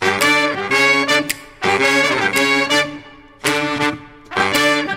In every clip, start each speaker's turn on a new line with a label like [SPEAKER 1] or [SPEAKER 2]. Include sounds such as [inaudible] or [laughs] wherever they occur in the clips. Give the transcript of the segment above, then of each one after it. [SPEAKER 1] [laughs]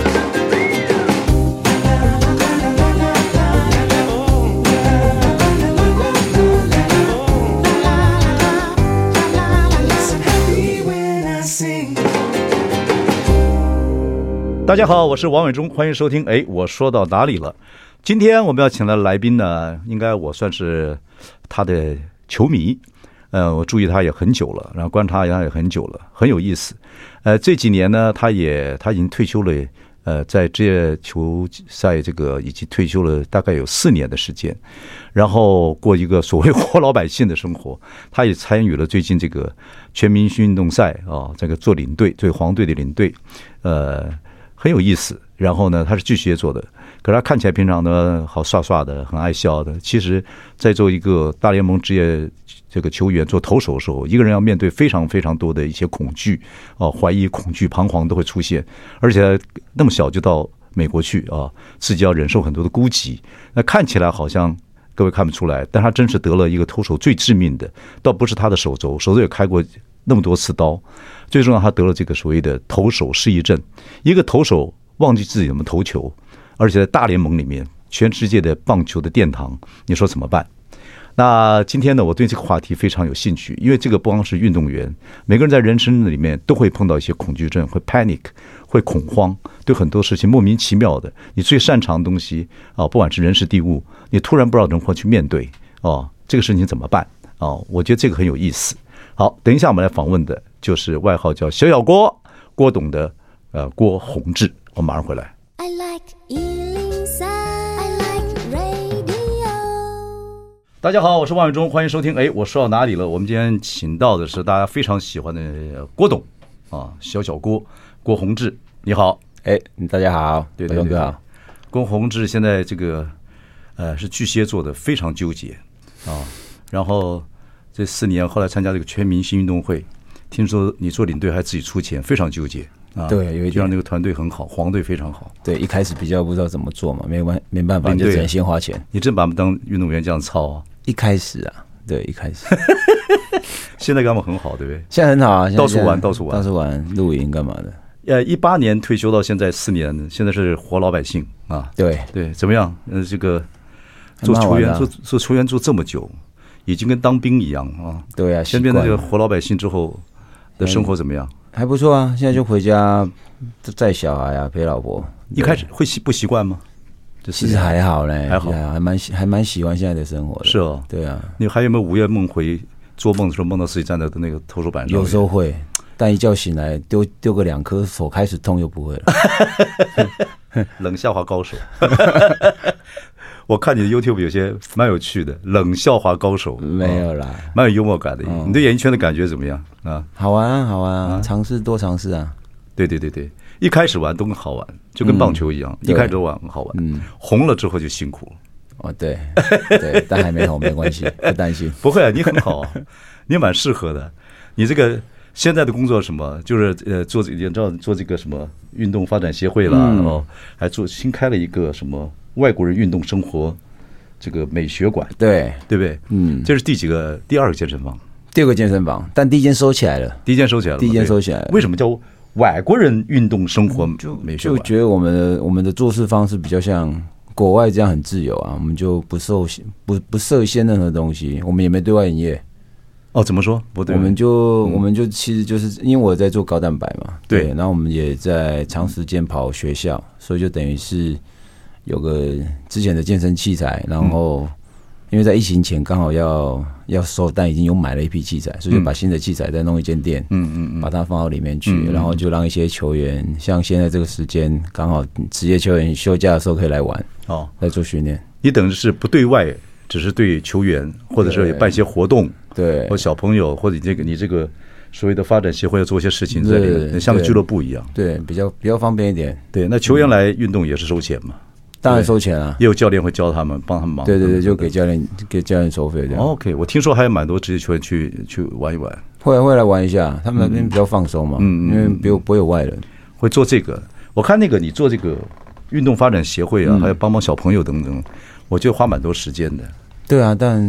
[SPEAKER 1] 大家好，我是王伟忠，欢迎收听。哎，我说到哪里了？今天我们要请的来宾呢，应该我算是他的球迷，呃，我注意他也很久了，然后观察他也很久了，很有意思。呃，这几年呢，他也他已经退休了，呃，在职业球赛这个已经退休了大概有四年的时间，然后过一个所谓活老百姓的生活。他也参与了最近这个全明星运动赛啊，这个做领队，对黄队的领队，呃。很有意思。然后呢，他是巨蟹座的，可是他看起来平常呢好帅帅的，很爱笑的。其实，在做一个大联盟职业这个球员做投手的时候，一个人要面对非常非常多的一些恐惧啊、怀疑、恐惧、彷徨都会出现，而且那么小就到美国去啊，自己要忍受很多的孤寂。那看起来好像。各位看不出来，但他真是得了一个投手最致命的，倒不是他的手肘，手肘也开过那么多次刀。最重要，他得了这个所谓的投手失忆症，一个投手忘记自己怎么投球，而且在大联盟里面，全世界的棒球的殿堂，你说怎么办？那今天呢，我对这个话题非常有兴趣，因为这个不光是运动员，每个人在人生里面都会碰到一些恐惧症，会 panic，会恐慌，对很多事情莫名其妙的，你最擅长的东西啊，不管是人事地物，你突然不知道如何去面对哦、啊，这个事情怎么办哦、啊，我觉得这个很有意思。好，等一下我们来访问的就是外号叫小小郭郭董的呃郭宏志，我马上回来。
[SPEAKER 2] I like Ealing Sound. I like radio.
[SPEAKER 1] 大家好，我是万永忠，欢迎收听。哎，我说到哪里了？我们今天请到的是大家非常喜欢的呃郭董啊，小小郭郭宏志，你好，
[SPEAKER 3] 哎，大家好，
[SPEAKER 1] 对
[SPEAKER 3] 大
[SPEAKER 1] 对
[SPEAKER 3] 勇
[SPEAKER 1] 对
[SPEAKER 3] 哥好，，
[SPEAKER 1] 郭宏志现在这个呃是巨蟹座的，非常纠结啊。然后这四年后来参加这个全明星运动会，听说你做领队还自己出钱，非常纠结啊。
[SPEAKER 3] 对哎有一点
[SPEAKER 1] 就让那个团队很好，黄队非常好。
[SPEAKER 3] 对，一开始比较不知道怎么做嘛，没有办没办法，
[SPEAKER 1] 领
[SPEAKER 3] 就
[SPEAKER 1] 队
[SPEAKER 3] 只能先花钱。
[SPEAKER 1] 你真把他们当运动员这样操啊？
[SPEAKER 3] 一开始啊，对，一开始
[SPEAKER 1] 现在跟他们很好，对不对？
[SPEAKER 3] 现在很好啊，现在
[SPEAKER 1] 到处玩
[SPEAKER 3] 现在
[SPEAKER 1] 到处玩
[SPEAKER 3] 到处玩，露营干嘛的？
[SPEAKER 1] 呃，一八年退休到现在四年，现在是活老百姓啊。
[SPEAKER 3] 对，
[SPEAKER 1] 对，怎么样？呃，这个
[SPEAKER 3] 还
[SPEAKER 1] 做
[SPEAKER 3] 蛮好
[SPEAKER 1] 球
[SPEAKER 3] 玩的
[SPEAKER 1] 员
[SPEAKER 3] 啊
[SPEAKER 1] 做做球员做这么久，已经跟当兵一样啊。
[SPEAKER 3] 对啊，
[SPEAKER 1] 先
[SPEAKER 3] 习
[SPEAKER 1] 变成
[SPEAKER 3] 惯
[SPEAKER 1] 这个
[SPEAKER 3] 了
[SPEAKER 1] 活老百姓之后的生活怎么样？
[SPEAKER 3] 还不错啊，现在就回家带小孩啊，陪老婆。
[SPEAKER 1] 一开始会习不习惯吗？这
[SPEAKER 3] 其实还好嘞，
[SPEAKER 1] 啊还好
[SPEAKER 3] 其实还蛮喜还蛮喜欢现在的生活的。
[SPEAKER 1] 是哦
[SPEAKER 3] 对啊，
[SPEAKER 1] 你还有没有午夜梦回？做梦的时候梦到自己站在那个投手板上，
[SPEAKER 3] 有时候会，但一觉醒来丢丢个两颗，手开始痛又不会
[SPEAKER 1] [laughs]
[SPEAKER 3] 了。
[SPEAKER 1] 冷笑话高手。 [laughs] 我看你的 YouTube 有些蛮有趣的，冷笑话高手
[SPEAKER 3] 没
[SPEAKER 1] 啊
[SPEAKER 3] 有嗯啦，
[SPEAKER 1] 蛮有幽默感的。你对演艺圈的感觉怎么样啊？
[SPEAKER 3] 好玩啊，好玩啊，尝试多尝试啊。
[SPEAKER 1] 对对对对，一开始玩都很好玩，就跟棒球一样，一
[SPEAKER 3] 对嗯
[SPEAKER 1] 开始玩很好玩，红了之后就辛苦了。
[SPEAKER 3] 哦，对，对，但还没红，没关系，不担心。
[SPEAKER 1] 不会啊，你很好啊， [laughs] 你蛮适合的。你这个现在的工作是什么？就是呃，做这个，你知道做这个什么运动发展协会啦，
[SPEAKER 3] 嗯
[SPEAKER 1] 然后还做新开了一个什么外国人运动生活这个美学馆，
[SPEAKER 3] 对，
[SPEAKER 1] 对不对？嗯，这是第几个？第二个健身房，
[SPEAKER 3] 第二个健身房，但第一间收起来了，
[SPEAKER 1] 第一间收起来了嘛。
[SPEAKER 3] 第一间
[SPEAKER 1] 对
[SPEAKER 3] 收起来了
[SPEAKER 1] 为什么叫外国人运动生活美学
[SPEAKER 3] 就
[SPEAKER 1] 馆？
[SPEAKER 3] 觉得我们的我们的做事方式比较像国外这样很自由啊，我们就不受限不不设限任何东西，我们也没对外营业，
[SPEAKER 1] 哦，怎么说？不对，
[SPEAKER 3] 我们就、我们就其实就是因为我在做高蛋白嘛，
[SPEAKER 1] 对
[SPEAKER 3] 然后我们也在长时间跑学校，所以就等于是有个之前的健身器材，然后。因为在疫情前刚好要要收，但已经有买了一批器材，所以就把新的器材再弄一间店，嗯嗯把它放到里面去，然后就让一些球员，像现在这个时间刚好职业球员休假的时候可以来玩，
[SPEAKER 1] 哦，
[SPEAKER 3] 来做训练。
[SPEAKER 1] 你等于是不对外，只是对球员，或者是
[SPEAKER 3] 对
[SPEAKER 1] 办一些活动。
[SPEAKER 3] 对
[SPEAKER 1] 或，小朋友，或者你这个你这个所谓的发展协会要做一些事情在里
[SPEAKER 3] 对
[SPEAKER 1] 面，
[SPEAKER 3] 对嗯
[SPEAKER 1] 像个俱乐部一样。
[SPEAKER 3] 对，比较比较方便一点，
[SPEAKER 1] 对，那球员来运动也是收钱嘛，
[SPEAKER 3] 当然收钱啊。
[SPEAKER 1] 也有教练会教他们，帮他们忙。
[SPEAKER 3] 对对对，就给教练给教练收费这样。
[SPEAKER 1] OK，我听说还有蛮多职业球员去去玩一玩，
[SPEAKER 3] 会来会来玩一下，他们那
[SPEAKER 1] 嗯
[SPEAKER 3] 边比较放松嘛，因为不有不会有外人。
[SPEAKER 1] 会做这个。我看那个你做这个运动发展协会
[SPEAKER 3] 嗯
[SPEAKER 1] 啊，还有帮帮小朋友等等，我就花蛮多时间的。
[SPEAKER 3] 对啊，但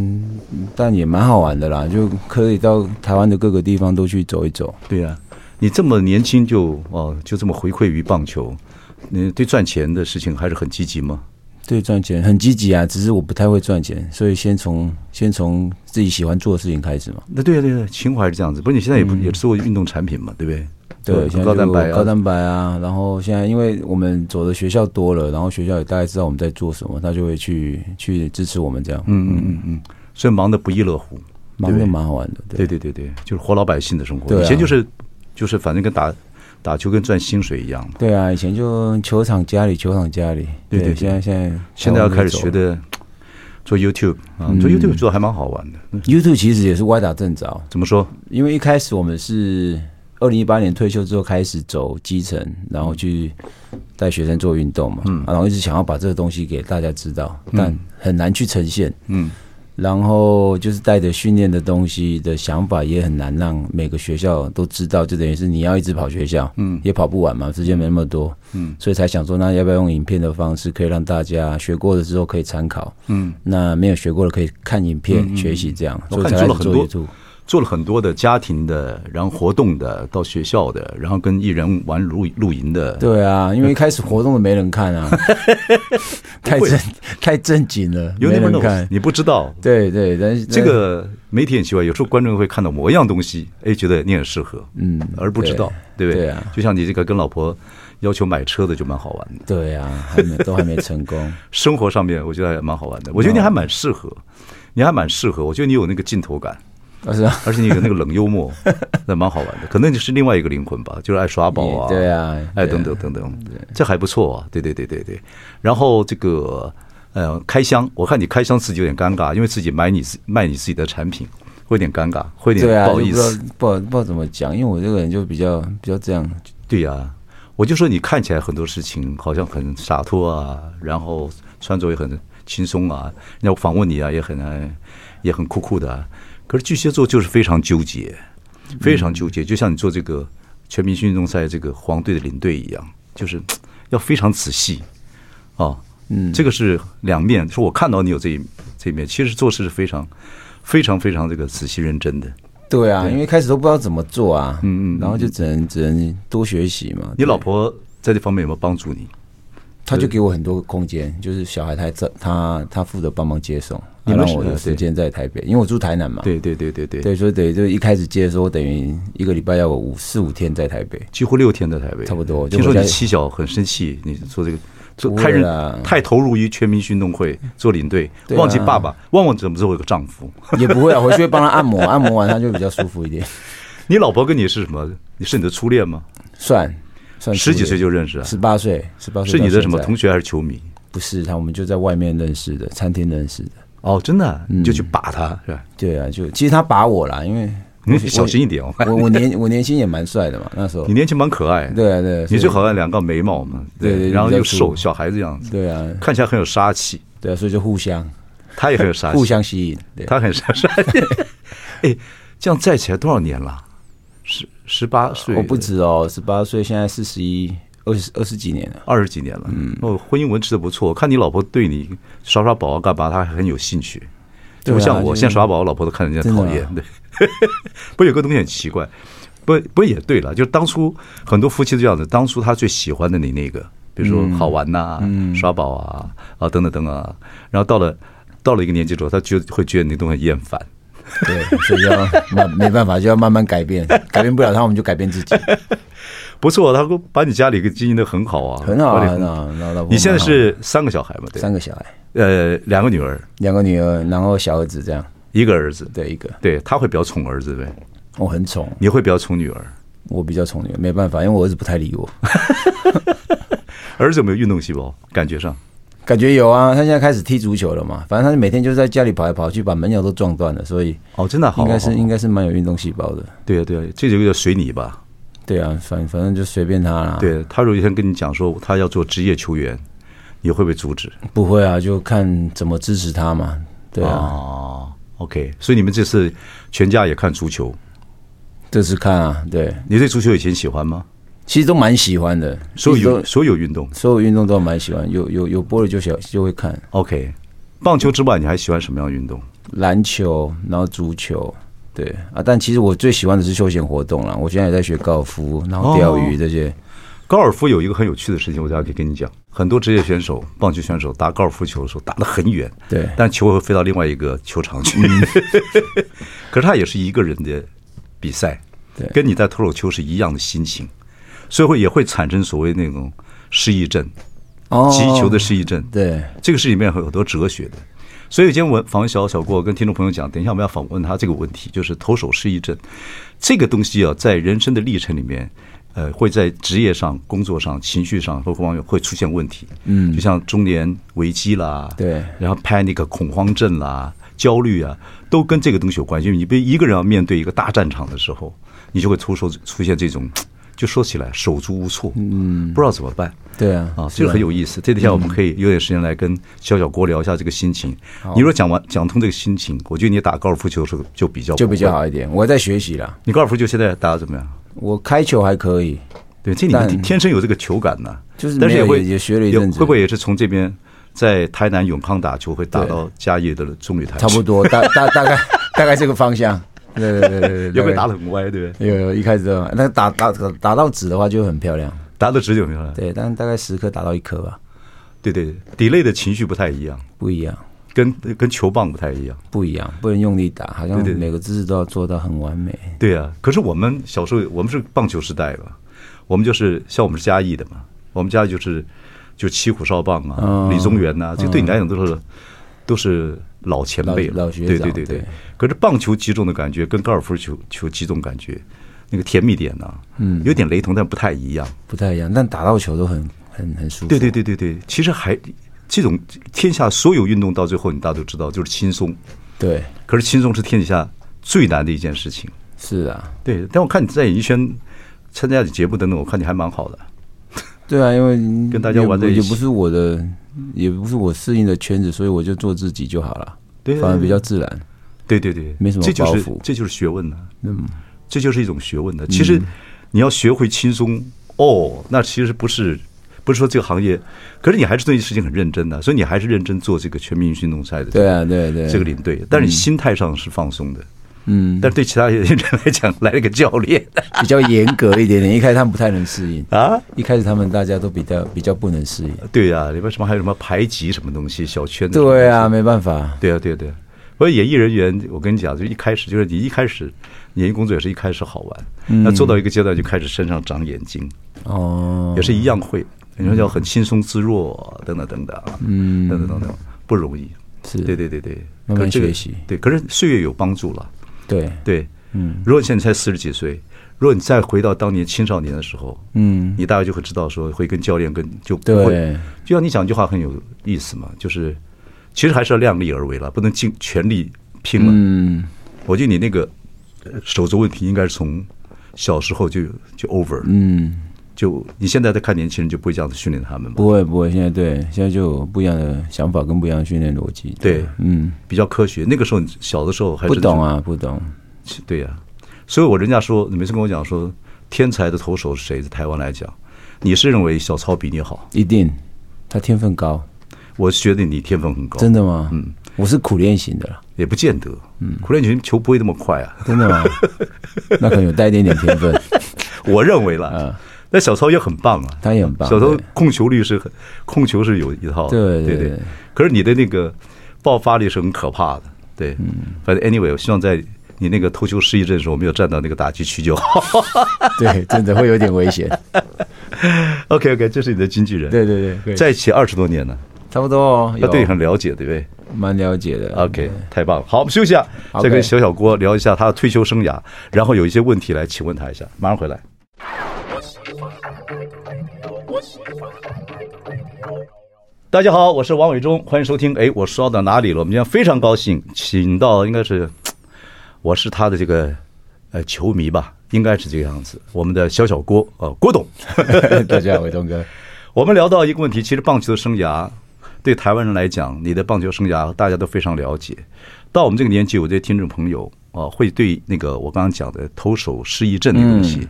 [SPEAKER 3] 但也蛮好玩的啦，就可以到台湾的各个地方都去走一走。
[SPEAKER 1] 对呀、你这么年轻就哦，就这么回馈于棒球，你对赚钱的事情还是很积极吗？
[SPEAKER 3] 对，赚钱很积极啊，只是我不太会赚钱，所以先从先从自己喜欢做的事情开始嘛。
[SPEAKER 1] 那对呀、对呀、情怀是这样子。不是你现在也不、
[SPEAKER 3] 嗯
[SPEAKER 1] 也做运动产品嘛，对不对？
[SPEAKER 3] 对，现在
[SPEAKER 1] 高
[SPEAKER 3] 就
[SPEAKER 1] 蛋白啊，
[SPEAKER 3] 高蛋白啊，然后现在因为我们走的学校多了，然后学校也大概知道我们在做什么，他就会去去支持我们这样，嗯，
[SPEAKER 1] 所以忙得不亦乐乎。
[SPEAKER 3] 忙得蛮好玩的，对
[SPEAKER 1] 对对对对，就是活老百姓的生活。
[SPEAKER 3] 对啊
[SPEAKER 1] 以前就是就是反正跟打打球跟赚薪水一样嘛。
[SPEAKER 3] 对啊，以前就球场家里，球场家里，
[SPEAKER 1] 对对对
[SPEAKER 3] 现在现在
[SPEAKER 1] 现在要开始学
[SPEAKER 3] 台湾
[SPEAKER 1] 的做 YouTube 啊，
[SPEAKER 3] 嗯
[SPEAKER 1] 做 YouTube 做的还蛮好玩的。嗯
[SPEAKER 3] 没走了，YouTube 其实也是歪打正着，
[SPEAKER 1] 怎么说？
[SPEAKER 3] 因为一开始我们是二零一八年退休之后开始走基层，然后去带学生做运动嘛，嗯、然后一直想要把这个东西给大家知道，但很难去呈现，
[SPEAKER 1] 嗯，
[SPEAKER 3] 然后就是带着训练的东西的想法也很难让每个学校都知道，就等于是你要一直跑学校，嗯，也跑不完嘛，时间没那么多，嗯，所以才想说，那要不要用影片的方式，可以让大家学过了之后可以参考，嗯，那没有学过的可以看影片、学习这样，
[SPEAKER 1] 嗯我
[SPEAKER 3] 所以
[SPEAKER 1] 看
[SPEAKER 3] 才
[SPEAKER 1] 你
[SPEAKER 3] 开
[SPEAKER 1] 做
[SPEAKER 3] 始
[SPEAKER 1] 了很多
[SPEAKER 3] YouTube。
[SPEAKER 1] 做了很多的家庭的，然后活动的，到学校的，然后跟艺人玩露露营的。
[SPEAKER 3] [laughs] 对啊，因为一开始活动都没人
[SPEAKER 1] [laughs]
[SPEAKER 3] 看啊，太正 [laughs] 太正经了，
[SPEAKER 1] 有
[SPEAKER 3] 没
[SPEAKER 1] 那么
[SPEAKER 3] 人
[SPEAKER 1] 多
[SPEAKER 3] 看。
[SPEAKER 1] 你不知道。
[SPEAKER 3] 对对，但是
[SPEAKER 1] 这个媒体很奇怪，有时候观众会看到某一样东西，哎，觉得你很适合，嗯，而不知道，对不对？
[SPEAKER 3] 对啊
[SPEAKER 1] 就像你这个跟老婆要求买车的，就蛮好玩的。
[SPEAKER 3] 对啊，还没 [laughs] 都还没成功。
[SPEAKER 1] 生活上面，我觉得还蛮好玩的。我觉得你还蛮适合，你还蛮适合。我觉得你有那个镜头感，
[SPEAKER 3] 但是啊
[SPEAKER 1] 而且 [laughs] 你有那个冷幽
[SPEAKER 3] [laughs]
[SPEAKER 1] 默，那蛮好玩的。可能你是另外一个灵魂吧，就是爱耍宝啊，
[SPEAKER 3] 也对啊
[SPEAKER 1] 哎，
[SPEAKER 3] 对啊
[SPEAKER 1] 等等等等，这还不错啊。对对对对对。然后这个呃，开箱，我看你开箱自己有点尴尬，因为自己买你自卖你自己的产品，会有点尴尬，会有
[SPEAKER 3] 对
[SPEAKER 1] 点
[SPEAKER 3] 啊，
[SPEAKER 1] 不
[SPEAKER 3] 就
[SPEAKER 1] 好
[SPEAKER 3] 不
[SPEAKER 1] 意
[SPEAKER 3] 知道
[SPEAKER 1] 思。
[SPEAKER 3] 不好不知道怎么讲，因为我这个人就比较比较这样，
[SPEAKER 1] 对呀、我就说你看起来很多事情好像很洒脱啊，然后穿着也很轻松啊，人家访问你啊也很呃也很酷酷的、啊。可是巨蟹座就是非常纠结，非常纠结，就像你做这个全明星运动赛这个黄队的领队一样，就是嘖要非常仔细啊。嗯，这个是两面，说我看到你有这一这一面，其实做事是非常非常非常这个仔细认真的。
[SPEAKER 3] 对啊，因为一开始都不知道怎么做啊，嗯嗯，然后就只能只能多学习嘛。
[SPEAKER 1] 你老婆在这方面有没有帮助你？
[SPEAKER 3] 她就给我很多空间，就是小孩她在她她负责帮忙接送，
[SPEAKER 1] 你
[SPEAKER 3] 啊
[SPEAKER 1] 们
[SPEAKER 3] 让
[SPEAKER 1] 是
[SPEAKER 3] 我有时间在台北，因为我住台南嘛，
[SPEAKER 1] 对对对对对，
[SPEAKER 3] 对，所以等于就一开始接的时候，等于一个礼拜要我五四五天在台北。
[SPEAKER 1] 几乎六天在台北，
[SPEAKER 3] 差不多就
[SPEAKER 1] 听说
[SPEAKER 3] 回
[SPEAKER 1] 你
[SPEAKER 3] 家
[SPEAKER 1] 妻小很生气，你做这个做
[SPEAKER 3] 不会
[SPEAKER 1] 太
[SPEAKER 3] 啦
[SPEAKER 1] 认太投入于全民运动会做领队，
[SPEAKER 3] 对啊
[SPEAKER 1] 忘记爸爸，忘忘怎么做一个丈夫。 [laughs]
[SPEAKER 3] 也不会啊，回去会帮他按摩，按摩完他就比较舒服一点。
[SPEAKER 1] 你老婆跟你是什么？你是你的初恋吗？
[SPEAKER 3] 算算
[SPEAKER 1] 十几岁就认识啊？
[SPEAKER 3] 十八岁，十八岁
[SPEAKER 1] 是你的什么同
[SPEAKER 3] 同？
[SPEAKER 1] 学还是球迷？
[SPEAKER 3] 不是他，我们就在外面认识的，餐厅认识的。
[SPEAKER 1] 哦，真的
[SPEAKER 3] 嗯
[SPEAKER 1] 啊，你就去把他是吧？
[SPEAKER 3] 对啊，就其实他把我啦，因为
[SPEAKER 1] [laughs] 你
[SPEAKER 3] 我
[SPEAKER 1] 小心一点哦，
[SPEAKER 3] 我我年我年轻也蛮帅的嘛，那时
[SPEAKER 1] [laughs]
[SPEAKER 3] 候
[SPEAKER 1] 你年轻蛮可爱的，
[SPEAKER 3] 对啊对啊，
[SPEAKER 1] 你
[SPEAKER 3] 所以
[SPEAKER 1] 就好像两个眉毛嘛，
[SPEAKER 3] 对对
[SPEAKER 1] 然后
[SPEAKER 3] 比较
[SPEAKER 1] 又
[SPEAKER 3] 粗
[SPEAKER 1] 瘦，小孩子样子，
[SPEAKER 3] 对啊
[SPEAKER 1] 看起来很有杀气，
[SPEAKER 3] 对啊，所以就互相
[SPEAKER 1] 他也很有杀气
[SPEAKER 3] 互，相吸引，
[SPEAKER 1] 啊 [laughs]
[SPEAKER 3] 对，啊
[SPEAKER 1] 他很傻傻。 [laughs] 哎，这样在一起来多少年了？十十八岁，
[SPEAKER 3] 我不止哦，十八岁现在四十一，二十二十几年了。
[SPEAKER 1] 二十几年了。嗯，哦，婚姻维持的不错。我看你老婆对你耍耍宝啊，干嘛，她还很有兴趣。就
[SPEAKER 3] 对啊
[SPEAKER 1] 不像我
[SPEAKER 3] 就是
[SPEAKER 1] 现在耍宝，我老婆都看人家讨厌。
[SPEAKER 3] 真啊
[SPEAKER 1] 对， [laughs] 不是有个东西很奇怪，不不也对了，就是当初很多夫妻都这样子，当初他最喜欢的你那个，比如
[SPEAKER 3] 嗯
[SPEAKER 1] 说好玩呐、耍宝啊啊等等等等啊，然后到了到了一个年纪之后，他觉得会觉得你都很厌烦。
[SPEAKER 3] 对，所以就要慢
[SPEAKER 1] [laughs]
[SPEAKER 3] 没办法，就要慢慢改变，改变不了他，我们就改变自己，
[SPEAKER 1] 不错，他把你家里给经营的很好啊，
[SPEAKER 3] 很好
[SPEAKER 1] 管
[SPEAKER 3] 啊，
[SPEAKER 1] 理
[SPEAKER 3] 很好啊。老老婆
[SPEAKER 1] 你现在
[SPEAKER 3] 蛮好
[SPEAKER 1] 是三个小孩嘛？对，
[SPEAKER 3] 三个小孩，
[SPEAKER 1] 呃，两个女儿，
[SPEAKER 3] 两个女儿，然后小儿子这样，
[SPEAKER 1] 一个儿子。
[SPEAKER 3] 对一个，
[SPEAKER 1] 对他会比较宠儿子呗，
[SPEAKER 3] 我很宠，
[SPEAKER 1] 你会比较宠女儿。
[SPEAKER 3] 我比较宠女儿，没办法，因为我儿子不太
[SPEAKER 1] [laughs]
[SPEAKER 3] 理我。
[SPEAKER 1] 儿子有没有运动细胞？感觉上，
[SPEAKER 3] 感觉有啊，他现在开始踢足球了嘛，反正他每天就在家里跑来跑去，把门牙都撞断了，所以
[SPEAKER 1] 哦，真的好，
[SPEAKER 3] 应该是
[SPEAKER 1] 好好
[SPEAKER 3] 应该是蛮有运动细胞的。
[SPEAKER 1] 对呀、对呀、这就叫随你吧。
[SPEAKER 3] 对啊，反反正就随便他啦。，
[SPEAKER 1] 对他如果有一天跟你讲说他要做职业球员，你会不会阻止？
[SPEAKER 3] 不会啊，就看怎么支持他嘛。对啊，
[SPEAKER 1] 哦，OK，所以你们这次全家也看足球，
[SPEAKER 3] 这次看啊，对，
[SPEAKER 1] 你对足球以前喜欢吗？
[SPEAKER 3] 其实都蛮喜欢的，
[SPEAKER 1] 所
[SPEAKER 3] 一直
[SPEAKER 1] 有
[SPEAKER 3] 都
[SPEAKER 1] 运所有运动
[SPEAKER 3] 所有运动都蛮喜欢，有有有播了就喜就会看
[SPEAKER 1] ，OK。棒球之外，你还喜欢什么样的运动？
[SPEAKER 3] 篮球，然后足球，对啊，但其实我最喜欢的是休闲活动啦。我现在也在学高尔夫，然后钓鱼这些。
[SPEAKER 1] 高尔夫有一个很有趣的事情，我大家可以跟你讲。很多职业选手、棒球选手打高尔夫球的时候打得很远，
[SPEAKER 3] 对
[SPEAKER 1] 但球会飞到另外一个球场
[SPEAKER 3] [laughs]
[SPEAKER 1] 去。可是他也是一个人的比赛，
[SPEAKER 3] 对
[SPEAKER 1] 跟你在脱口秀是一样的心情，所以会也会产生所谓那种失忆症、
[SPEAKER 3] 哦
[SPEAKER 1] 击球的失忆症。
[SPEAKER 3] 对
[SPEAKER 1] 这个是里面有很多哲学的。所以今天我访问小小郭，跟听众朋友讲，等一下我们要访问他这个问题，就是投手失忆症这个东西啊，在人生的历程里面，呃，会在职业上、工作上、情绪上，包括网友会出现问题。嗯，就像中年危机啦，
[SPEAKER 3] 对
[SPEAKER 1] 然后 panic 恐慌症啦、焦虑啊，都跟这个东西有关系。因为你被一个人要面对一个大战场的时候，你就会出手出现这种，就说起来手足无措，嗯，不知道怎么办。
[SPEAKER 3] 对啊，
[SPEAKER 1] 啊，这个很有意思。这天下我们可以有点时间来跟小小郭聊一下这个心情。你如果讲完讲通这个心情，我觉得你打高尔夫球的时候就比较
[SPEAKER 3] 就比较
[SPEAKER 1] 不会。
[SPEAKER 3] 好一点。我还在学习啦，
[SPEAKER 1] 你高尔夫球现在打的怎么样？
[SPEAKER 3] 我开球还可以，
[SPEAKER 1] 对，这里面
[SPEAKER 3] 但
[SPEAKER 1] 天生有这个球感呢、
[SPEAKER 3] 就是
[SPEAKER 1] 但是
[SPEAKER 3] 没有
[SPEAKER 1] 也会
[SPEAKER 3] 也也学了一
[SPEAKER 1] 也
[SPEAKER 3] 阵子
[SPEAKER 1] 会不会也是从这边在台南永康打球，会打到嘉义的中旅台，
[SPEAKER 3] 差不多，大大大概大概这个方向。对对对对对，
[SPEAKER 1] 也会打
[SPEAKER 3] 的。
[SPEAKER 1] 得很歪，对不对？
[SPEAKER 3] 有有，一开始都那打打打打到纸的话就很漂亮，
[SPEAKER 1] 打得直就没有了。
[SPEAKER 3] 对，但大概十颗打到一颗吧，
[SPEAKER 1] 对对对，delay 的情绪不太一样，
[SPEAKER 3] 不一样，
[SPEAKER 1] 跟跟球棒不太一样。
[SPEAKER 3] 不一样，不能用力打，好像
[SPEAKER 1] 对对对
[SPEAKER 3] 每个姿势都要做到很完美。
[SPEAKER 1] 对啊，可是我们小时候我们是棒球时代吧，我们就是像我们是嘉义的嘛，我们嘉义就是就七虎少棒啊、
[SPEAKER 3] 嗯
[SPEAKER 1] 李宗元呐、这对你来讲都是、都是老前辈了，
[SPEAKER 3] 老老学
[SPEAKER 1] 对
[SPEAKER 3] 长
[SPEAKER 1] 对对对
[SPEAKER 3] 对。
[SPEAKER 1] 可是棒球击中的感觉跟高尔夫球球击中感觉那个甜蜜点呢、嗯，有点雷同，但不太一样。
[SPEAKER 3] 不太一样，但打到球都很很很舒服。
[SPEAKER 1] 对对对对对，其实还这种天下所有运动到最后，你大家都知道就是轻松，
[SPEAKER 3] 对，
[SPEAKER 1] 可是轻松是天底下最难的一件事情。
[SPEAKER 3] 是啊，
[SPEAKER 1] 对，但我看你在演艺圈参加你节目等等，我看你还蛮好的。
[SPEAKER 3] 对啊，因为
[SPEAKER 1] 跟大家玩在
[SPEAKER 3] 也
[SPEAKER 1] 一起
[SPEAKER 3] 不也不是我的，也不是我适应的圈子，所以我就做自己就好了，
[SPEAKER 1] 对
[SPEAKER 3] 反而比较自然。
[SPEAKER 1] 对对对，
[SPEAKER 3] 没什么
[SPEAKER 1] 这就是
[SPEAKER 3] 包袱嗯
[SPEAKER 1] 这就是学问呢、嗯，这就是一种学问呢、其实你要学会轻松哦，那其实不是不是说这个行业，可是你还是对事情很认真的、所以你还是认真做这个全民运动赛的
[SPEAKER 3] 对啊，对对，嗯
[SPEAKER 1] 这个领队，但是你心态上是放松的。嗯，但是对其他人来讲， [laughs] 来了个教练
[SPEAKER 3] 比较严格一点点，一开始他们不太能适应，
[SPEAKER 1] 啊，
[SPEAKER 3] 一开始他们大家都比较比较不能适应。
[SPEAKER 1] 对呀、里面什么还有什么排挤什么东西，小圈子，
[SPEAKER 3] 对啊，，没办法，
[SPEAKER 1] 对啊，对啊对啊。所以演艺人员，我跟你讲，就一开始就是你一开始演艺工作也是一开始好玩，
[SPEAKER 3] 嗯
[SPEAKER 1] 那做到一个阶段就开始身上长眼睛，
[SPEAKER 3] 哦，
[SPEAKER 1] 也是一样会，人家叫很轻松自若等等等等啊，嗯，等等等等，不容易，
[SPEAKER 3] 是
[SPEAKER 1] 对对对对，
[SPEAKER 3] 慢慢
[SPEAKER 1] 可是这个
[SPEAKER 3] 学习
[SPEAKER 1] 对，可是岁月有帮助了，
[SPEAKER 3] 对，
[SPEAKER 1] 对，嗯，如果你现在才四十几岁，如果你再回到当年青少年的时候，
[SPEAKER 3] 嗯，
[SPEAKER 1] 你大概就会知道说会跟教练跟就不
[SPEAKER 3] 对
[SPEAKER 1] 会，就像你讲一句话很有意思嘛，就是其实还是要量力而为了，不能尽全力拼了，
[SPEAKER 3] 嗯，
[SPEAKER 1] 我觉得你那个呃手足问题应该是从小时候就就 over，嗯，就你现在在看年轻人就不会这样子训练他们嘛，
[SPEAKER 3] 不会不会，现在对，现在就有不一样的想法跟不一样的训练逻辑。
[SPEAKER 1] 对，
[SPEAKER 3] 嗯，
[SPEAKER 1] 比较科学。那个时候你小的时候还
[SPEAKER 3] 不
[SPEAKER 1] 真是
[SPEAKER 3] 懂，啊，不懂，
[SPEAKER 1] 对呀、所以我人家说，你每次跟我讲说，天才的投手是谁？在台湾来讲，你是认为小超比你好，
[SPEAKER 3] 一定，他天分
[SPEAKER 1] 哦
[SPEAKER 3] 高，
[SPEAKER 1] 我觉得你天分很高，
[SPEAKER 3] 真的吗？嗯，我是苦练型的啦，
[SPEAKER 1] 也不见得，嗯，苦练球球不会那么快啊， [laughs]
[SPEAKER 3] 真的吗？那可能有带一点点天分，
[SPEAKER 1] 我认为啦。那小超也很棒啊，
[SPEAKER 3] 嗯他也很棒。
[SPEAKER 1] 小头
[SPEAKER 3] 对
[SPEAKER 1] 控球率是很，控球是有一套的，
[SPEAKER 3] 对
[SPEAKER 1] 对
[SPEAKER 3] 对
[SPEAKER 1] 对
[SPEAKER 3] 对。
[SPEAKER 1] 可是你的那个爆发力是很可怕的，对。
[SPEAKER 3] 嗯
[SPEAKER 1] 反正 anyway，我希望在你那个投球失忆症的时候，没有站到那个打击区就好。 [laughs]
[SPEAKER 3] 对，真的会有点危险。
[SPEAKER 1] OK OK，这是你的经纪人，
[SPEAKER 3] 对对对对，
[SPEAKER 1] 在一起二十多年了，
[SPEAKER 3] 差不多哦，
[SPEAKER 1] 他
[SPEAKER 3] 有
[SPEAKER 1] 对你很了解，对不对
[SPEAKER 3] 蛮了解的。
[SPEAKER 1] ？OK，太棒了。好，我们休息一下，
[SPEAKER 3] OK
[SPEAKER 1] 再跟小小郭聊一下他的退休生涯，然后有一些问题来请问他一下，马上回来。大家好，我是王伟忠，欢迎收听。哎，我说到哪里了？我们今天非常高兴，请到应该是，我是他的这个呃球迷吧，应该是这个样子。我们的小小郭呃郭董，
[SPEAKER 3] [laughs] 大家好，伟东哥。
[SPEAKER 1] 我们聊到一个问题，其实棒球的生涯对台湾人来讲，你的棒球生涯大家都非常了解。到我们这个年纪，我这些听众朋友啊，会对那个我刚刚讲的投手失忆症的东西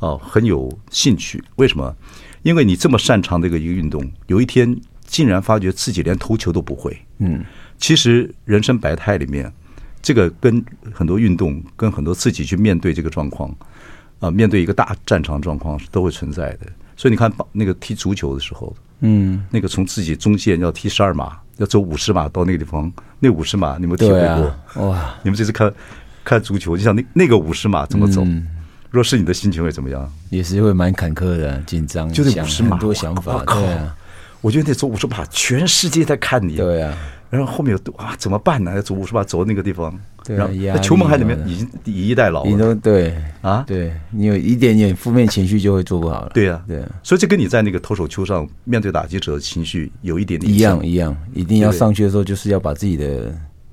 [SPEAKER 1] 哦，很有兴趣。为什么？因为你这么擅长的一个一个运动，有一天竟然发觉自己连投球都不会。嗯，其实人生百态里面，这个跟很多运动，跟很多自己去面对这个状况，啊、面对一个大战场状况是都会存在的。所以你看，那个踢足球的时候，嗯，那个从自己中线要踢十二码，要走五十码到那个地方，那五十码你们体会
[SPEAKER 3] 对
[SPEAKER 1] 过？
[SPEAKER 3] 啊，哇，
[SPEAKER 1] [laughs] 你们这次看看足球，就像那那个五十码怎么走？若是你的心情会怎么样？
[SPEAKER 3] 也是会蛮坎坷的，紧张，
[SPEAKER 1] 就得
[SPEAKER 3] 想
[SPEAKER 1] 五十码，
[SPEAKER 3] 很多
[SPEAKER 1] 我
[SPEAKER 3] 想
[SPEAKER 1] 我
[SPEAKER 3] 法，
[SPEAKER 1] 靠
[SPEAKER 3] 对啊，！
[SPEAKER 1] 我觉得那走五十码，全世界在看你。
[SPEAKER 3] 对啊，
[SPEAKER 1] 然后后面有多啊，怎么办呢？要走五十码，走那个地方，
[SPEAKER 3] 对啊
[SPEAKER 1] 然后
[SPEAKER 3] 压
[SPEAKER 1] 那
[SPEAKER 3] 力
[SPEAKER 1] 球门还里面
[SPEAKER 3] 啊
[SPEAKER 1] 已经以逸待劳
[SPEAKER 3] 你
[SPEAKER 1] 了。
[SPEAKER 3] 都对
[SPEAKER 1] 啊
[SPEAKER 3] 对你有一点点负面情绪就会做不好了，
[SPEAKER 1] 对呀，
[SPEAKER 3] 对啊，
[SPEAKER 1] 所以这跟你在那个投手丘上面对打击者的情绪有一点点
[SPEAKER 3] 一
[SPEAKER 1] 像
[SPEAKER 3] 样一样，一定要
[SPEAKER 1] 对不对
[SPEAKER 3] 上去的时候就是要把自己的，